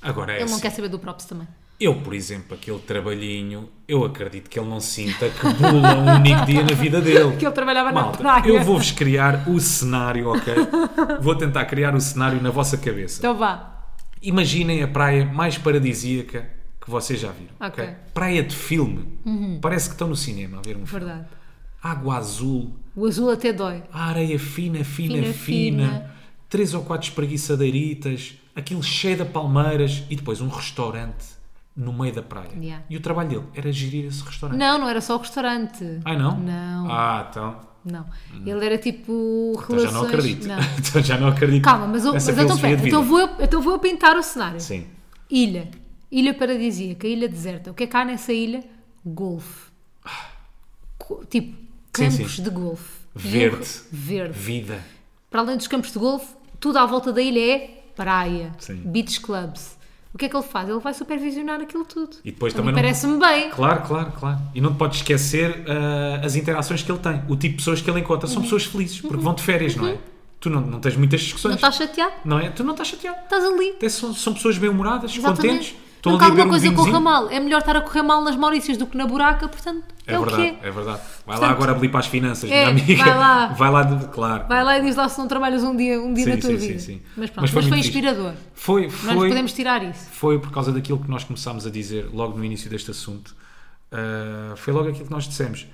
Agora é
ele não
assim.
quer saber do props também.
Eu, por exemplo, aquele trabalhinho, eu acredito que ele não sinta que bula um único dia na vida
(laughs)
dele.
Que ele trabalhava na
Malta,
praia.
Eu vou-vos criar o cenário, ok? Vou tentar criar o cenário na vossa cabeça.
Então vá.
Imaginem a praia mais paradisíaca que vocês já viram.
Ok. Uhum.
Praia de filme. Parece que estão no cinema a ver um filme.
Verdade.
Água azul,
O azul até dói.
a areia fina, fina,
Fina,
fina,
fina.
três ou quatro espreguiçadeiritas, aquilo cheio de palmeiras e depois um restaurante no meio da praia.
Yeah.
E o trabalho dele era gerir esse restaurante.
Não, não era só o restaurante.
Ai não?
Não,
Ah, então.
não. Ele era tipo
Então
relações.
já não acredito.
Não.
(laughs) então já não acredito.
Calma, mas,
(laughs)
eu- mas
nessa
então,
filosofia
pera,
de vida.
então, vou eu, então vou eu pintar o cenário.
Sim.
Ilha. Ilha paradisíaca, ilha deserta. O que é que há nessa ilha? Golfe. Co- Tipo,
Ah. Sim,
campos
sim.
de golfe.
Verde.
E o- Verde.
Vida.
Para além dos campos de golfe, tudo à volta da ilha é praia,
Sim.
beach clubs. O que é que ele faz? Ele vai supervisionar aquilo tudo.
E depois
A mim
também não-
Parece-me bem.
Claro, claro, claro. E não te podes esquecer ah, as interações que ele tem, o tipo de pessoas que ele encontra.
Uhum.
São pessoas felizes, porque vão de férias, não é? Tu não, não tens muitas
Não tá-
discussões.
estás chateado?
não é? Tu não estás chateado.
Estás ali.
Até são, são pessoas bem-humoradas, contentes.
Exatamente.
Estão
Nunca
ali a beber
alguma
um
coisa
vinhozinho.
corra mal. É melhor estar a correr mal nas Maurícias do que na buraca, portanto, é,
É
o que
verdade,
é.
é verdade. Vai
Portanto,
lá agora abrir para as finanças,
é,
minha amiga.
vai lá.
Vai lá, de- claro.
Vai lá e diz lá se não trabalhas um dia, um dia
Sim,
na tua
sim,
vida.
sim, sim.
Mas pronto, mas foi,
Mas foi muito fixe.
inspirador.
Foi,
Nós
foi,
podemos tirar isso.
foi por causa daquilo que nós começámos a dizer logo no início deste assunto. Ah, foi logo aquilo que nós dissemos,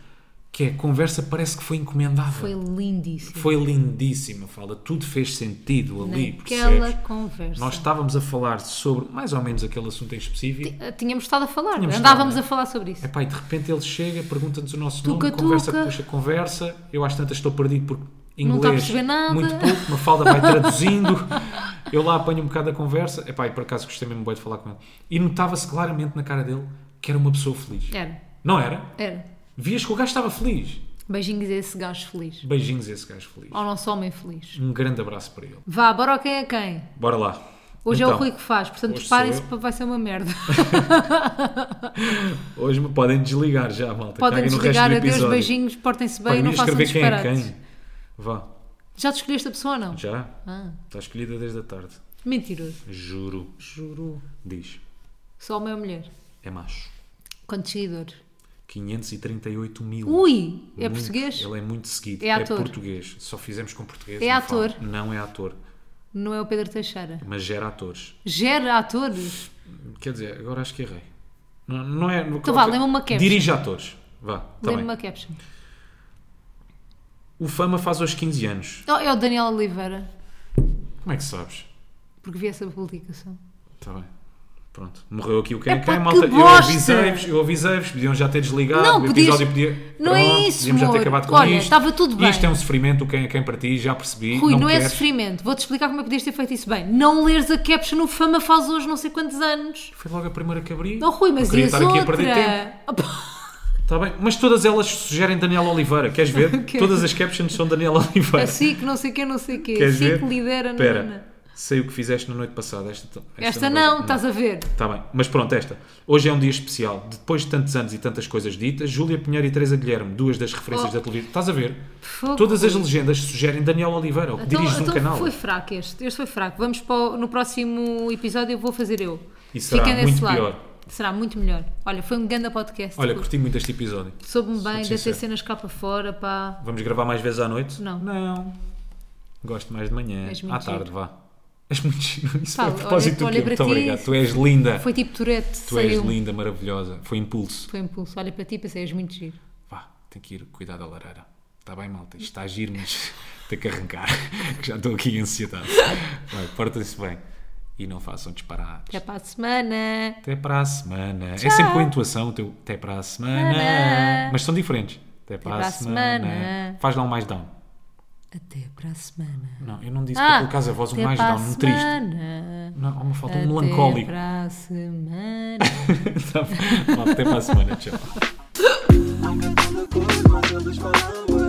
que é, a conversa parece que foi encomendada.
Foi lindíssimo.
Foi lindíssima, fala. Tudo fez sentido ali,
Naquela
percebes?
conversa.
Nós estávamos a falar sobre mais ou menos aquele assunto em específico.
Eh, Tínhamos estado a falar,
Tínhamos
andávamos
estado, é?
a falar sobre isso.
Epá, e de repente ele chega, pergunta-nos o nosso
Tuca,
nome, conversa,
tuca.
puxa, conversa. Eu às tantas estou perdido porque
Não está a
inglês
perceber nada.
muito pouco, uma falda vai traduzindo. eu lá apanho um bocado a conversa. Epá, e por acaso gostei mesmo bem de falar com ele. E notava-se claramente na cara dele que era uma pessoa feliz.
Era,
Não era?
era.
Vias que o gajo estava feliz.
Beijinhos a esse gajo feliz.
Beijinhos a esse gajo feliz.
Ao nosso homem feliz.
Um grande abraço para ele.
Vá, bora ao quem é quem.
Bora lá.
Hoje é o
Então,
Rui que faz, portanto
hoje
preparem-se,
sou eu.
para- vai ser uma
(laughs)
merda. (laughs)
Hoje me podem desligar já, malta.
Podem
Caguem no
desligar,
resto do
adeus,
episódio.
beijinhos, portem-se
Pá,
bem e não
ia
façam
escrever quem é
disparates.
quem. Vá,
Já te escolheste a pessoa ou não?
já.
Ah,
Está escolhida desde a tarde.
mentiroso.
Juro.
Juro.
Diz.
Só uma mulher.
É macho.
Quantos seguidores?
538 mil.
Ui! É
Muito.
português?
Ele é muito seguido.
É ator.
português. Só fizemos com português.
É
não
ator.
falo. Não é ator.
Não é o Pedro Teixeira.
Mas gera atores.
Gera atores?
Quer dizer, agora acho que errei. Não, não é. Então
vá, lembra-me uma caption.
Dirige atores. Vá. Tá
Lembro-me uma
bem.
caption.
O Fama faz hoje 15 anos.
Oh, é o Daniel Oliveira,
Como é que sabes?
porque vi essa publicação.
Está Tá bem. Pronto. Morreu aqui o quem é
Epá,
quem,
que
malta. Eu
bosta!
avisei-vos, eu avisei-vos, podiam já ter desligado,
Não,
o
podias-
episódio podia.
Não é isso,
podíamos já
amor.
ter acabado com
Olha,
isto.
estava tudo bem.
Isto é um sofrimento, o quem é quem para ti, já percebi.
Rui, não, é
queres.
sofrimento. Vou-te explicar como é que podias ter feito isso bem. Não leres a caption no Fama faz hoje não sei quantos anos.
Foi logo a primeira que abri.
Não, Rui, mas
queria
e as
estar aqui a perder tempo.
outra? (laughs) Opa,
Está bem. Mas todas elas sugerem Daniel Oliveira, queres
(laughs)
ver?
Ok.
Todas as captions são Daniel Oliveira.
Assim que não sei quem, não sei quê.
Queres
Assim
ver?
que lidera na-
Espera,
na-
sei o que fizeste na noite passada. Esta,
Esta não, tá estás
estás
a ver.
Está Tá bem, mas pronto, esta. Hoje é um dia especial. Depois de tantos anos e tantas coisas ditas, Júlia Pinheiro e Teresa Guilherme, duas das referências
Oh.
da televisão. Estás a ver?
Fogo.
Todas as legendas sugerem Daniel Oliveira, o que
Então,
dirige um
então
canal.
foi fraco este. Este foi fraco. Vamos para o- no próximo episódio eu vou fazer eu.
E será muito
lado.
pior.
Será muito melhor. Olha, foi um grande podcast.
Olha, curti muito este episódio.
Soube-me bem
Sou-te
de ter
sincero.
cenas cá para fora, pá.
Vamos gravar mais vezes à noite?
Não.
Não. Gosto mais de manhã.
És muito
À
giro.
tarde, vá. És muito giro. Isso
Pá,
foi a propósito
olha- olha
do quê? Muito
para ti.
obrigado. Tu és linda.
Foi tipo Tourette,
Tu és
saiu.
linda, maravilhosa. Foi impulso.
Foi um impulso. Olha para ti, pensei, és muito giro.
Vá, tem que ir cuidar da lareira. Está bem, malta. Isto está a giro, mas (laughs) tem que arrancar. que Já estou aqui em ansiedade. Vai, portem-se bem. E não façam disparates.
Até para a semana.
Até para a semana. É sempre com a intuação o teu até para a semana.
Semana.
Mas são diferentes. Até para, a,
para a
semana.
semana.
Faz lá um mais down.
Até para a semana.
Não, eu não disse para colocares a voz
Ah,
um
até
mais
para
down,
a
um triste.
semana.
Não, há uma falta
Até
um melancólico. (laughs)
para a semana.
Tá bom. Até para a semana. Tchau.
Não cantando a cor, mas eles falavam